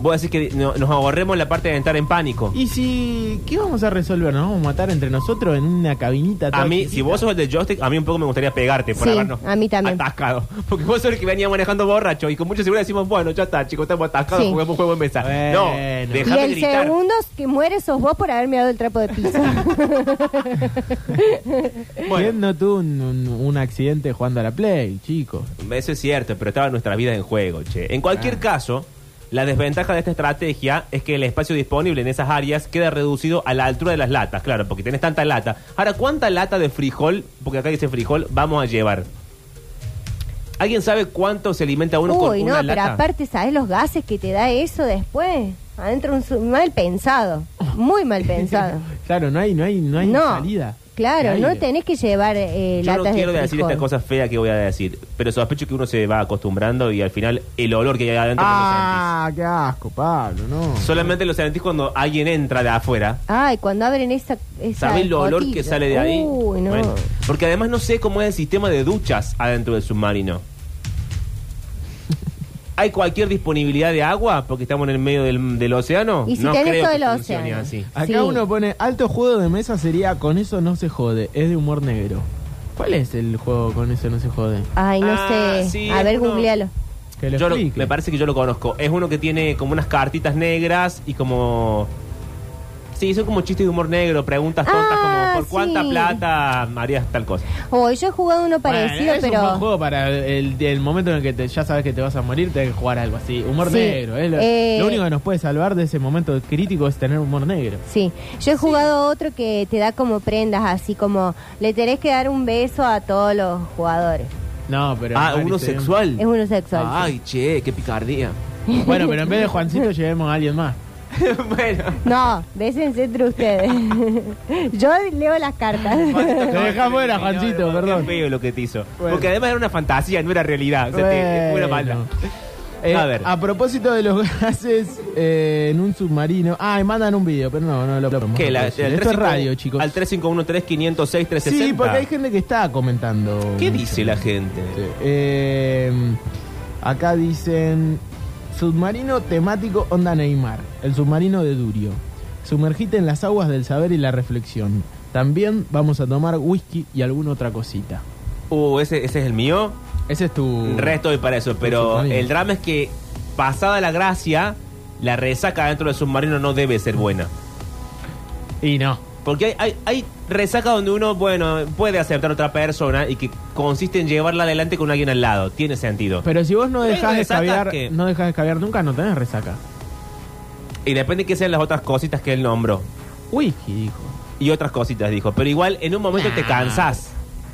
A: Vos decís que no- nos ahorremos la parte de entrar en pánico.
E: ¿Y si qué vamos a resolver? ¿Nos vamos a matar entre nosotros en una cabinita? toda
A: A mí,
E: chiquita?
A: si vos sos el de joystick, a mí un poco me gustaría pegarte por
B: Sí,
A: habernos
B: a mí también.
A: atascado. Porque vos sos el que venía manejando borracho y con mucha seguridad decimos, bueno, ya está, chicos, estamos atascados,
B: Sí.
A: juguemos un juego de mesa.
E: Bueno.
A: No,
B: Y
A: dejame
B: el
A: gritar.
B: segundo que muere sos vos por haberme dado el trapo de piso.
E: ¿Quién no tuvo un, un- un accidente jugando a la Play, chicos?
A: Eso es cierto, pero estaba nuestra vida en juego, che. En cualquier caso, la desventaja de esta estrategia es que el espacio disponible en esas áreas queda reducido a la altura de las latas, claro, porque tenés tanta lata. Ahora, ¿cuánta lata de frijol, porque acá dice frijol, vamos a llevar? ¿Alguien sabe cuánto se alimenta uno con
B: Uy, no,
A: una
B: pero
A: lata?
B: aparte, ¿sabes los gases que te da eso después? Adentro un su- mal pensado, muy mal pensado.
E: Claro, no hay, no hay, no hay
B: no,
E: salida.
B: claro,
E: Hay
B: no
E: aire.
B: tenés que llevar eh,
A: Yo
B: latas
A: no quiero
B: de
A: decir este
B: frijol.
A: esta cosa fea que voy a decir, pero sospecho que uno se va acostumbrando y al final el olor que hay adentro no lo
E: Ah, qué asco, Pablo, no.
A: sentís. Solamente lo sentís cuando alguien entra de afuera.
B: Ay, cuando abren esa. esa
A: ¿Sabés el olor
B: cotilla?
A: que sale de ahí?
B: Uy, no.
A: Bueno, porque además no sé cómo es el sistema de duchas adentro del submarino. ¿Hay cualquier disponibilidad de agua porque estamos en el medio del, del océano?
B: Y si
A: no
B: tenés
A: creo
B: todo
A: que
B: el
A: funcione
B: océano.
A: así.
E: Acá
B: Sí.
E: uno pone alto juego de mesa sería con eso no se jode, es de humor negro. ¿Cuál es el juego con eso no se jode?
B: Ay, no
A: Ah,
B: sé.
A: sí,
B: A
A: es
B: ver,
A: uno-
B: googlealo.
E: Que lo
A: Yo lo-
E: explique.
A: me parece que yo lo conozco. Es uno que tiene como unas cartitas negras y como... Sí, son como chistes de humor negro, preguntas tontas
B: Ah,
A: como ¿por cuánta
B: sí.
A: plata harías tal cosa?
B: Oh, yo he jugado uno
E: Bueno,
B: parecido,
E: es un buen
B: pero.
E: juego para el, el momento en el que te- ya sabes que te vas a morir, tenés que jugar algo así. Humor
B: Sí.
E: negro. es lo,
B: Eh,
E: lo único que nos puede salvar de ese momento crítico es tener humor negro.
B: Sí, yo he jugado otro que te da como prendas, así como le tenés que dar un beso a todos los jugadores.
E: No, pero.
A: ah,
E: Mari,
A: uno
E: se-
A: sexual.
B: Es uno sexual. sí.
A: Ay, che, qué picardía.
E: Bueno, pero en vez de Juancito, llevemos a alguien más.
A: bueno.
B: No, bésense entre ustedes. yo leo las cartas.
E: Te dejás fuera, Juancito, perdón.
A: Qué feo lo que te hizo.
E: Bueno.
A: Porque además era una fantasía, no era realidad. O sea, te- fue una maldad.
E: Bueno. Eh,
A: A ver.
E: a propósito de los gases eh, en un submarino. Ah, y mandan un video, pero no, no lo podemos
A: ¿Qué? La-
E: reproducir.
A: el
E: Esto es
A: 35
E: radio, chicos.
A: Al 351-3506-360.
E: Sí, porque hay gente que está comentando.
A: ¿Qué
E: mucho.
A: dice la gente?
E: Eh, acá dicen submarino temático onda Neymar, el submarino de Durio. Sumergite en las aguas del saber y la reflexión. También vamos a tomar whisky y alguna otra cosita.
A: Uh, ese, ese es el mío.
E: Ese es tu
A: Resto y para eso. Pero
E: submarino.
A: el drama es que, pasada la gracia, la resaca dentro del submarino no debe ser buena.
E: Y no.
A: Porque hay, hay, hay resaca donde uno, bueno, puede aceptar a otra persona y que consiste en llevarla adelante con alguien al lado. Tiene sentido.
E: Pero si vos no
A: Pero
E: dejás
A: hay
E: de
A: resacas
E: escabear,
A: que-
E: no dejás de escabear nunca, no tenés resaca.
A: Y depende de qué sean las otras cositas que él nombró.
E: Whisky, dijo.
A: y otras cositas, dijo. Pero igual en un momento
B: Ah.
A: te cansás.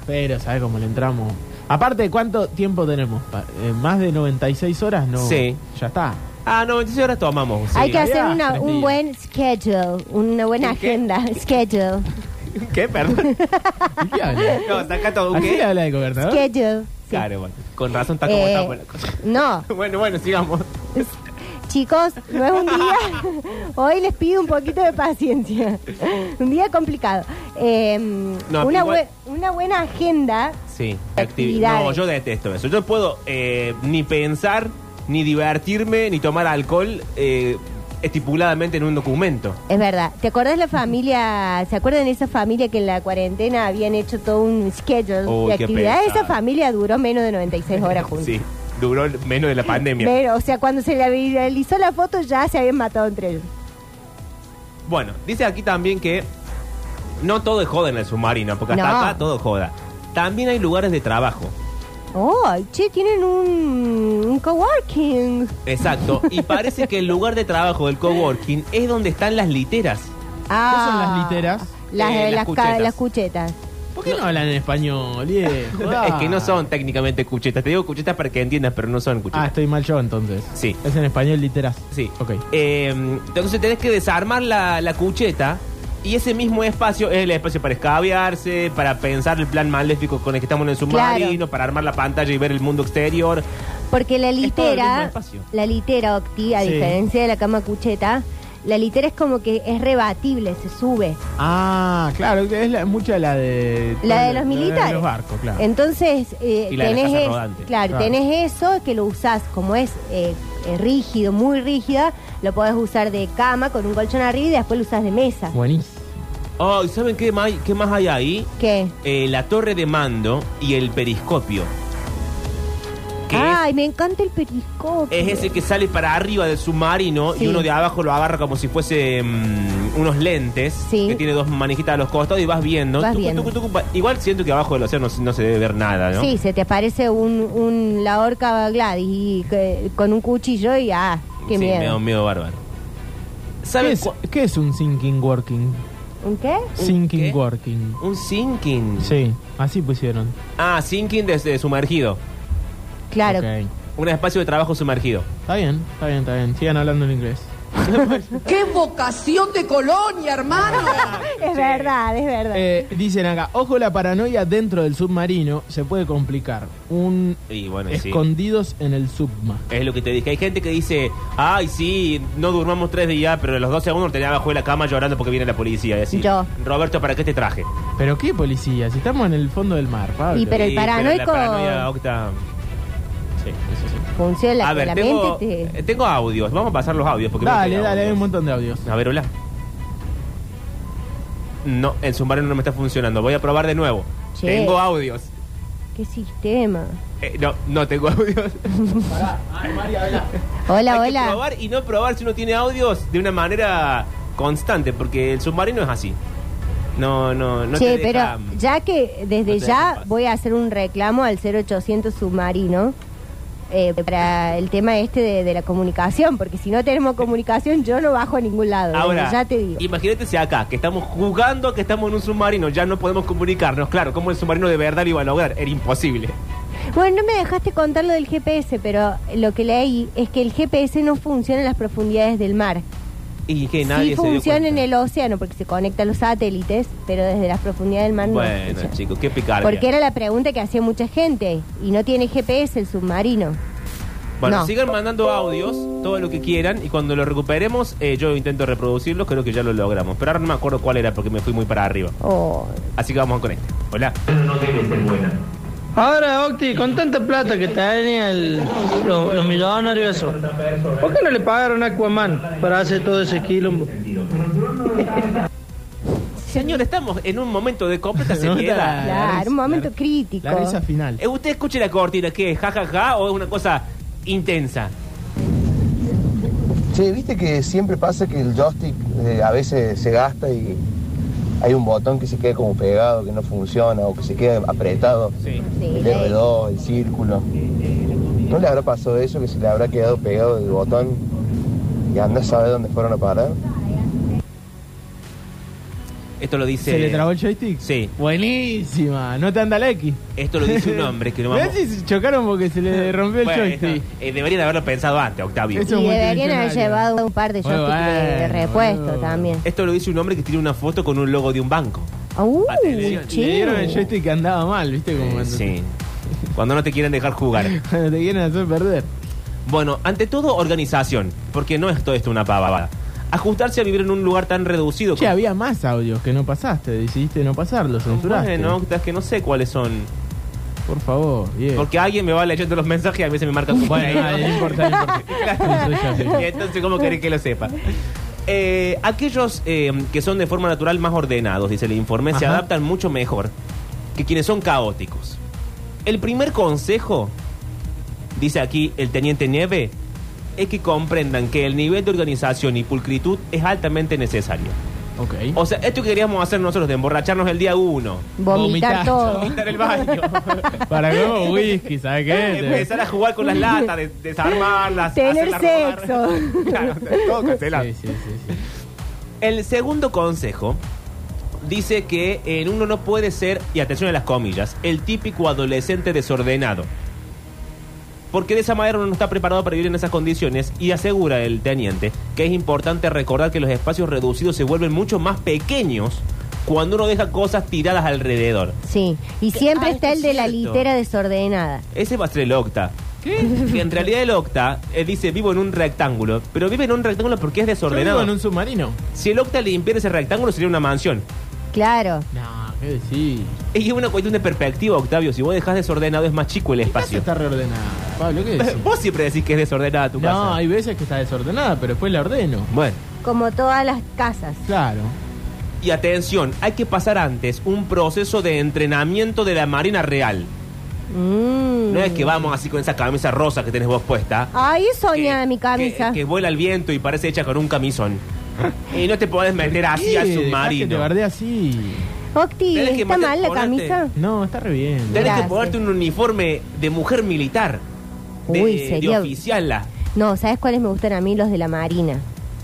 E: Pero sabes cómo le entramos. Aparte, ¿cuánto tiempo tenemos? Pa- eh, más de 96 horas, no.
A: Sí.
E: Ya está.
A: Ah, no, entonces ahora tomamos. sí.
B: Hay que hacer
E: había
B: una-
E: tres
B: un
E: días.
B: buen schedule, una buena
A: ¿Un qué? ¿Eh?
B: agenda. Schedule,
A: ¿Qué? Perdón.
E: ¿Y qué habla?
A: No, saca todo.
E: ¿Así le
A: ¿Qué?
E: habla de gobernador?
B: schedule. sí.
A: Claro, bueno. Con razón está como
B: Eh,
A: está buena cosa.
B: No,
A: Bueno, bueno, sigamos.
B: chicos, no es un día. Hoy les pido un poquito de paciencia. Un día complicado. Eh,
A: No,
B: una,
A: igual-
B: bue- una buena agenda.
A: Sí, actividad.
B: Actividades.
A: No, yo detesto eso. Yo no puedo eh, ni pensar, ni divertirme, ni tomar alcohol eh, estipuladamente en un documento.
B: Es verdad. ¿Te acordás la familia? ¿Se acuerdan de esa familia que en la cuarentena habían hecho todo un schedule
A: Uy,
B: de
A: qué
B: actividades?
A: pesado.
B: Esa familia duró menos de 96 horas juntos.
A: Sí, duró menos de la pandemia.
B: Pero, o sea, cuando se le viralizó la foto ya se habían matado entre ellos.
A: Bueno, dice aquí también que no todo es joda en el submarino, porque hasta
B: No.
A: acá todo es joda. También hay lugares de trabajo.
B: Oh, che, tienen un, un coworking.
A: Exacto. Y parece que el lugar de trabajo del coworking es donde están las literas.
E: son las literas?
B: Ah, Las,
A: Eh,
B: eh,
A: las
B: las, ca-
A: cuchetas.
B: las cuchetas.
E: ¿Por qué no, hablan en español, viejo?
A: Es que no
E: Ah.
A: son técnicamente cuchetas. Te digo cuchetas para que entiendas, pero no son
E: Ah,
A: cuchetas.
E: estoy mal yo entonces.
A: Sí.
E: Es en español literas.
A: Sí.
E: Ok.
A: Eh, entonces tenés que desarmar la, la cucheta y ese mismo espacio es el espacio para escabearse, para pensar el plan maléfico con el que estamos en el submarino, para armar la pantalla y ver el mundo exterior.
B: Porque la
A: Es todo el mismo
B: litera,
A: espacio.
B: la litera, Octi, a
E: Sí.
B: diferencia de la cama cucheta, la litera es como que es rebatible, se sube.
E: Ah, claro, es la- mucha la de.
B: La de los militares.
E: de los barcos, claro.
B: Entonces, eh,
A: Y la de la
B: tenés,
A: casa
B: es-
A: rodante.
B: claro,
E: Claro.
B: tenés eso que lo usás como es eh, eh, rígido, muy rígida, lo podés usar de cama con un colchón arriba y después lo usás de mesa.
E: Buenísimo.
A: Oh, ¿y ¿saben qué más, qué más hay ahí?
B: ¿Qué?
A: Eh, la torre de mando y el periscopio. Que es-
B: Ay, me encanta el periscopio.
A: es, ese que sale para arriba del submarino y
B: Sí.
A: uno de abajo lo agarra como si fuese mm, unos lentes.
B: Sí.
A: Que tiene dos manejitas a los costados y vas viendo.
B: Vas viendo.
A: tucu. Igual siento que abajo del océano no, no se debe ver nada, ¿no?
B: Sí, se te aparece un, un la horca Gladys y que- con un cuchillo y ah, qué
A: Sí, me da
B: miedo.
A: un miedo bárbaro.
E: ¿Qué
A: ¿Sabes
E: es, qué es un thinking working?
B: ¿Un qué?
E: Sinking
A: qué?
E: working.
A: Un sinking.
E: Sí, así pusieron.
A: Ah, sinking desde sumergido.
B: Claro.
E: Ok.
A: Un espacio de trabajo sumergido.
E: Está bien, está bien, está bien. Sigan hablando en inglés.
F: ¡Qué vocación de colonia, hermano!
B: Es verdad, es verdad.
E: Eh, dicen acá, ojo la paranoia dentro del submarino se puede complicar. Un
A: Y bueno, sí.
E: escondidos en el subma.
A: Es lo que te dije. Hay gente que dice, ay, sí, no durmamos tres días, pero a los dos segundos tenía abajo de la cama llorando porque viene la policía. Y así,
B: Yo.
A: Roberto, ¿para qué te traje?
E: Pero qué policía, si estamos en el fondo del mar, Pablo.
B: Y pero el
A: Sí,
B: paranoico-
A: la paranoia, Octa.
E: Sí, eso sí.
B: Funciona la,
A: a ver,
B: la
A: tengo,
B: mente. te-
A: eh, tengo audios. Vamos a pasar los audios. Porque veo
E: Dale,
A: que hay
E: dale, hay
A: audios.
E: un montón de audios.
A: A ver, hola. No, el submarino no me está funcionando. Voy a probar de nuevo.
B: Che.
A: Tengo audios.
B: ¿Qué sistema?
A: Eh, no, no tengo audios.
B: Hola,
A: Hay que
B: hola.
A: probar y no probar si uno tiene audios de una manera constante, porque el submarino es así. No, no, no.
B: che,
A: te
B: pero
A: deja-
B: ya que desde
A: no te deja en
B: ya
A: paz.
B: voy a hacer un reclamo al 0800 submarino eh, para el tema este de, de la comunicación, porque si no tenemos comunicación yo no bajo a ningún lado.
A: Ahora,
B: bueno, ya te digo.
A: imagínate si acá, que estamos jugando a que estamos en un submarino, ya no podemos comunicarnos. Claro, ¿cómo el submarino de verdad lo iba a lograr? Era imposible.
B: Bueno, no me dejaste contar lo del GPS, pero lo que leí es que el GPS no funciona en las profundidades del mar.
A: Y que
B: Sí
A: nadie se dio
B: funciona en
A: cuenta.
B: el océano porque se conecta a los satélites, pero desde las profundidades del mar no.
A: Bueno,
B: funciona.
A: chicos, qué picardia.
B: Porque era la pregunta que hacía mucha gente. Y no tiene GPS el submarino.
A: Bueno,
B: no.
A: sigan mandando audios, todo lo que quieran, y cuando lo recuperemos, eh, yo intento reproducirlos, creo que ya lo logramos. Pero ahora no me acuerdo cuál era porque me fui muy para arriba.
B: Oh,
A: Así que vamos con este. Hola.
G: Ahora, Octi, con tanta plata que tenía el, lo- los millonarios, eso, ¿por qué no le pagaron a Aquaman para hacer todo ese quilombo?
A: Señor, estamos en un momento de completa
E: No,
A: seriedad.
E: Ah, la-
B: claro,
E: risa,
B: un momento
E: la-
B: crítico.
E: La risa final.
A: Eh, ¿Usted escuche la cortina que es jajaja o es una cosa intensa?
H: Che, viste que siempre pasa que el joystick eh, a veces se gasta y hay un botón que se queda como pegado, que no funciona o que se queda apretado.
A: Sí.
B: Sí,
H: El
B: la-
H: R2, el círculo. ¿No le habrá pasado eso que se le habrá quedado pegado el botón y anda a saber dónde fueron a parar?
A: Esto lo dice.
E: ¿Se le trabó el joystick?
A: Sí.
E: Buenísima, no te anda la X.
A: Esto lo dice un hombre que no
E: ¿Ves
A: vamos.
E: si se chocaron porque se le rompió el
A: Bueno,
E: joystick?
A: esto, eh, deberían haberlo pensado antes, Octavio.
E: Eso es
B: y
E: muy
B: deberían haber
E: diccionario.
B: llevado un par de
E: Muy
B: joystick de
E: bueno,
B: repuesto
E: boludo.
B: también.
A: Esto lo dice un hombre que tiene una foto con un logo de un banco.
B: Ah, Uh,
A: Atención,
E: Le dieron el
B: che.
E: joystick que andaba mal, ¿viste? Como cuando-
A: Sí. Cuando no te quieren dejar jugar.
E: cuando te quieren hacer perder.
A: Bueno, ante todo, organización. Porque no es todo esto una pavada. Ajustarse a vivir en un lugar tan reducido.
E: Che, había más audios que no pasaste, decidiste no pasarlos, censuraste.
A: Bueno, Octa, es que no sé cuáles son.
E: Por favor, bien.
A: Porque alguien me va leyendo los mensajes y a veces me marca como
E: Bueno, dale, no importa, no importa. Sí, soy yo, sí.
A: Y entonces, ¿cómo querés que lo sepa? Eh, aquellos eh, que son de forma natural más ordenados, dice el informe, se
E: Ajá.
A: adaptan mucho mejor que quienes son caóticos. El primer consejo, dice aquí el teniente Nieve, es que comprendan que el nivel de organización y pulcritud es altamente necesario.
E: Ok.
A: O sea, esto que queríamos hacer nosotros, de emborracharnos el día uno.
B: Vomitar
E: Vomitar.
B: todo.
A: Pintar el baño.
E: Para luego whisky, ¿sabes qué?
A: Empezar a jugar con las latas, de- desarmarlas.
B: pues, Tener
A: hacerlas rodar.
B: sexo.
A: claro, todo cancelado.
E: Sí, sí, sí, sí.
A: El segundo consejo dice que en uno no puede ser, y atención a las comillas, el típico adolescente desordenado. Porque de esa manera uno no está preparado para vivir en esas condiciones y asegura el teniente que es importante recordar que los espacios reducidos se vuelven mucho más pequeños cuando uno deja cosas tiradas alrededor.
B: Sí, y
A: Que-
B: siempre
A: ah,
B: está
A: esto
B: el de
A: es
B: la
A: cierto.
B: litera desordenada.
A: Ese va a ser el octa. Que en realidad el octa eh, dice vivo en un rectángulo, pero vive en un rectángulo porque es
E: Yo vivo
A: desordenado.
E: en un submarino.
A: Si el octa limpiara ese rectángulo sería una mansión.
B: Claro.
E: No, qué decir.
A: Es que es una cuestión de perspectiva, Octavio. Si vos dejás desordenado, es más chico el
E: Casa
A: espacio.
E: está reordenada. Pablo, ¿qué decís?
A: Vos siempre decís que es desordenada tu
E: No,
A: casa.
E: hay veces que está desordenada, pero después la ordeno.
A: Bueno,
B: Como todas las casas.
E: Claro.
A: y atención, hay que pasar antes un proceso de entrenamiento de la Marina Real.
B: Mm.
A: No es que vamos así con esa camisa rosa que tenés vos puesta.
B: Ay, es soñada
A: que-
B: mi camisa.
A: Que, que vuela el viento y parece hecha con un camisón. y no te podés meter así
E: ¿Qué?
A: al
E: Dejá que te
A: submarino.
E: bardé así.
B: Octi,
A: Tenés que
B: ¿está
A: meter-
B: mal la
A: ponerte-
B: camisa?
E: No, está re bien.
A: Tenés que
B: Gracias.
A: ponerte un uniforme de mujer militar. De,
B: Uy,
A: de ah.
B: sería-
A: oficiala.
B: No, ¿sabes cuáles me gustan a mí? Los de la marina.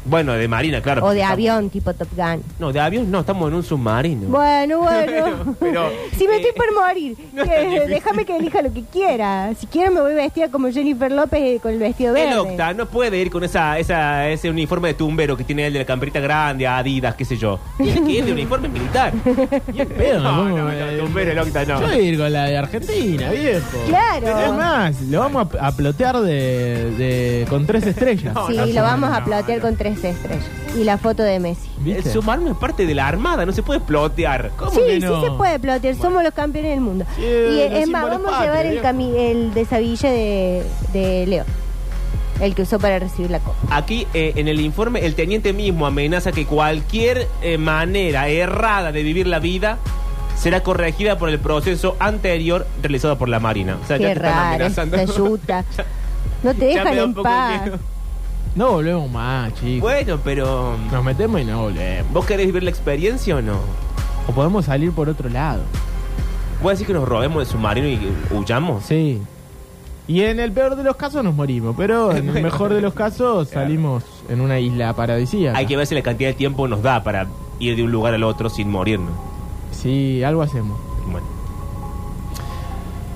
A: Bueno, de marina, claro.
B: o
A: porque
B: de
A: estamos-
B: avión, tipo Top Gun.
A: No, de avión no, estamos en un submarino.
B: Bueno, bueno.
A: Pero- pero,
B: si me
A: eh,
B: estoy por morir,
A: no es
B: que-
A: tan difícil.
B: déjame que elija lo que quiera. Si quiero me voy vestida como Jennifer López eh, con el vestido verde.
A: El Octa no puede ir con esa, esa, ese uniforme de tumbero que tiene el de la camperita grande, Adidas, qué sé yo. Tiene que ir de uniforme militar. Y el
E: Pero me
A: no,
E: pongo-
A: no, no, tumbero el Octa no.
E: Yo voy a ir con la de Argentina, viejo.
B: Claro.
E: Es más, lo vamos a, a plotear de, de- con tres estrellas.
A: No,
B: sí,
A: no,
B: lo vamos a
A: no,
B: platear
A: no.
B: con tres estrellas. Y la foto de Messi.
A: El
E: ¿Viste?
A: submarino es parte de la armada, no se puede plotear.
E: ¿Cómo
B: Sí,
E: que
B: sí
E: no?
B: se puede plotear, somos los campeones del mundo.
E: Sí,
B: y eh,
E: los
B: es más,
E: símbolos
B: vamos a llevar el,
E: patrios,
B: cami- el desaville de, de Leo, el que usó para recibir la copa.
A: Aquí eh, en el informe el teniente mismo amenaza que cualquier eh, manera errada de vivir la vida será corregida por el proceso anterior realizado por la Marina. O sea, ya
B: Qué
A: te están
B: raro,
A: amenazando.
B: esta yuta. No te
A: Ya me
B: dejan
A: da un
B: en
A: poco de
B: paz.
A: miedo.
E: No volvemos más, chicos.
A: Bueno, pero mm,
E: Nos metemos y no volvemos.
A: ¿vos querés vivir la experiencia o no?
E: O podemos salir por otro lado.
A: ¿Vos decís que nos robemos del submarino y huyamos?
E: Sí. Y en el peor de los casos nos morimos, pero en el mejor de los casos salimos en una isla paradisíaca.
A: Hay que ver si la cantidad de tiempo nos da para ir de un lugar al otro sin morirnos.
E: Sí, algo hacemos.
A: Bueno.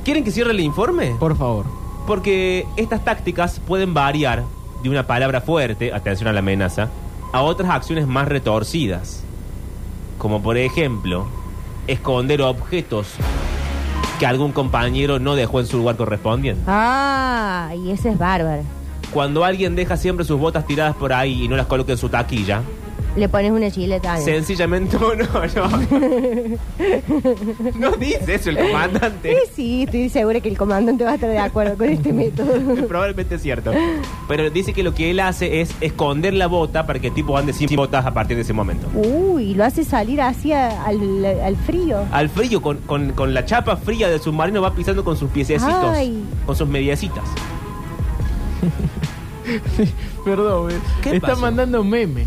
A: ¿Quieren que cierre el informe?
E: Por favor.
A: Porque estas tácticas pueden variar de una palabra fuerte, atención a la amenaza, a otras acciones más retorcidas. Como por ejemplo, esconder objetos que algún compañero no dejó en su lugar correspondiente.
B: Ah, y ese es bárbaro.
A: Cuando alguien deja siempre sus botas tiradas por ahí y no las coloca en su taquilla,
B: Le pones una chileta. ¿no?
A: Sencillamente no, no, no. No dice eso el
B: Sí,
A: comandante.
B: sí, estoy segura que el comandante va a estar de acuerdo con este método.
A: Probablemente es cierto. Pero dice que lo que él hace es esconder la bota para que el tipo ande sin botas a partir de ese momento.
B: Uy, lo hace salir así a- al, al frío.
E: Ah,
A: Al frío, con, con- con la chapa fría del submarino, va pisando con sus piececitos,
B: Ay.
A: con sus mediecitas.
E: Perdón, eh.
A: ¿Qué
E: están
A: pasó?
E: mandando memes.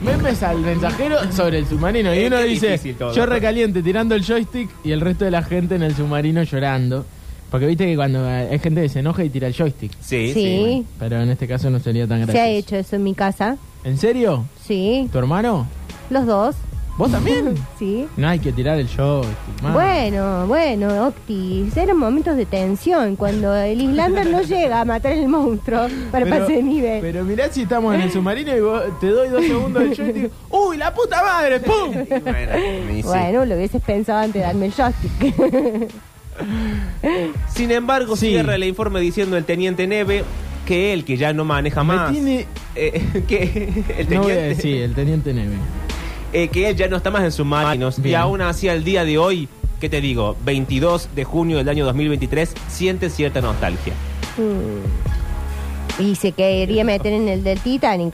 E: Memes al mensajero sobre el submarino. Y
A: Eh,
E: uno
A: qué
E: dice,
A: difícil todo.
E: yo recaliente tirando el joystick y el resto de la gente en el submarino llorando. Porque viste que cuando eh, hay gente que se enoja y tira el joystick.
A: Sí, sí.
B: Sí.
E: Pero en este caso no sería tan gracioso.
B: Se ha hecho eso en mi casa.
E: ¿En serio?
B: Sí,
E: ¿Tu hermano?
B: los dos.
E: ¿Vos también? Ah.
B: Sí.
E: no hay que tirar el joystick. ma.
B: Bueno, bueno, Octi, eran momentos de tensión cuando el Islander no llega a matar el monstruo para
E: Pero-
B: pasar el nivel.
E: Pero mirá si estamos en el submarino y vos- te doy dos segundos del joystick. ¡Uy, la puta madre! ¡Pum!
A: Bueno, y sí.
B: Bueno, lo hubieses pensado antes de darme el joystick.
A: Sin embargo,
E: Sí.
A: cierra el informe diciendo el teniente Neve que él, que ya no maneja más.
E: Me tiene-
A: eh, que el teniente.
E: No voy a decir, el teniente Neve.
A: eh, que él ya no está más en sus manos. Y
E: Bien.
A: aún así, al día de hoy, ¿qué te digo? 22 de junio del año 2023, siente cierta nostalgia.
B: Mm. y se quería meter en el del Titanic.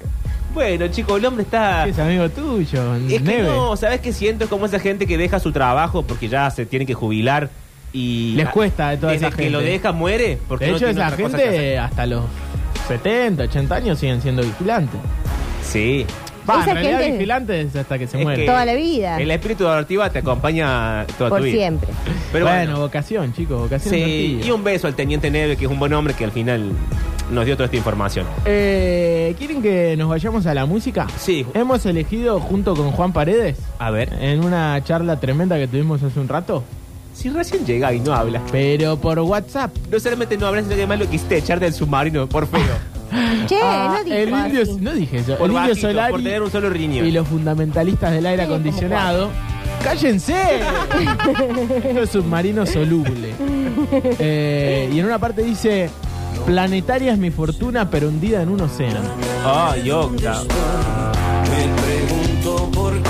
A: Bueno, chicos, el hombre está...
E: Es amigo tuyo,
A: Ah. Es que
E: Neve.
A: no, ¿sabes qué siento? Es como esa gente que deja su trabajo porque ya se tiene que jubilar y...
E: Les cuesta de toda
A: Desde
E: esa
A: que
E: gente.
A: lo deja, muere. Porque
E: De
A: no
E: hecho,
A: tiene
E: esa
A: otra cosa que hacer.
E: gente hasta los 70, 80 años siguen siendo vigilantes.
A: Sí.
E: Va,
B: Esa
E: en realidad
B: gente-
E: vigilante es hasta que se
A: Es
E: muere.
A: que-
B: Toda la vida.
A: El espíritu de adoptiva te acompaña toda
B: Por
A: tu vida.
B: siempre.
A: Pero
E: bueno,
A: bueno,
E: vocación, chicos, vocación.
A: sí,
E: tortilla.
A: y un beso al teniente Neve, que es un buen hombre que al final nos dio toda esta información.
E: Eh, ¿Quieren que nos vayamos a la música?
A: Sí. Eh.
E: Hemos elegido junto con Juan Paredes,
A: A ver,
E: en una charla tremenda que tuvimos hace un rato,
A: si recién llega y no habla,
E: pero por WhatsApp.
A: no solamente no habla, sino que además lo quisiste echar del submarino, por feo.
B: Che,
E: Ah,
B: no dijo
E: el indio,
B: así.
E: no dije eso,
A: Por
E: el indio
A: bajito,
E: Solari
A: por tener un solo riñón.
E: y los fundamentalistas del aire
B: Sí, como
E: acondicionado. ¡Cállense! Esto es submarino soluble. Eh, y en una parte dice, planetaria es mi fortuna, pero hundida en un océano.
A: Ay, Octa.
I: Me pregunto por qué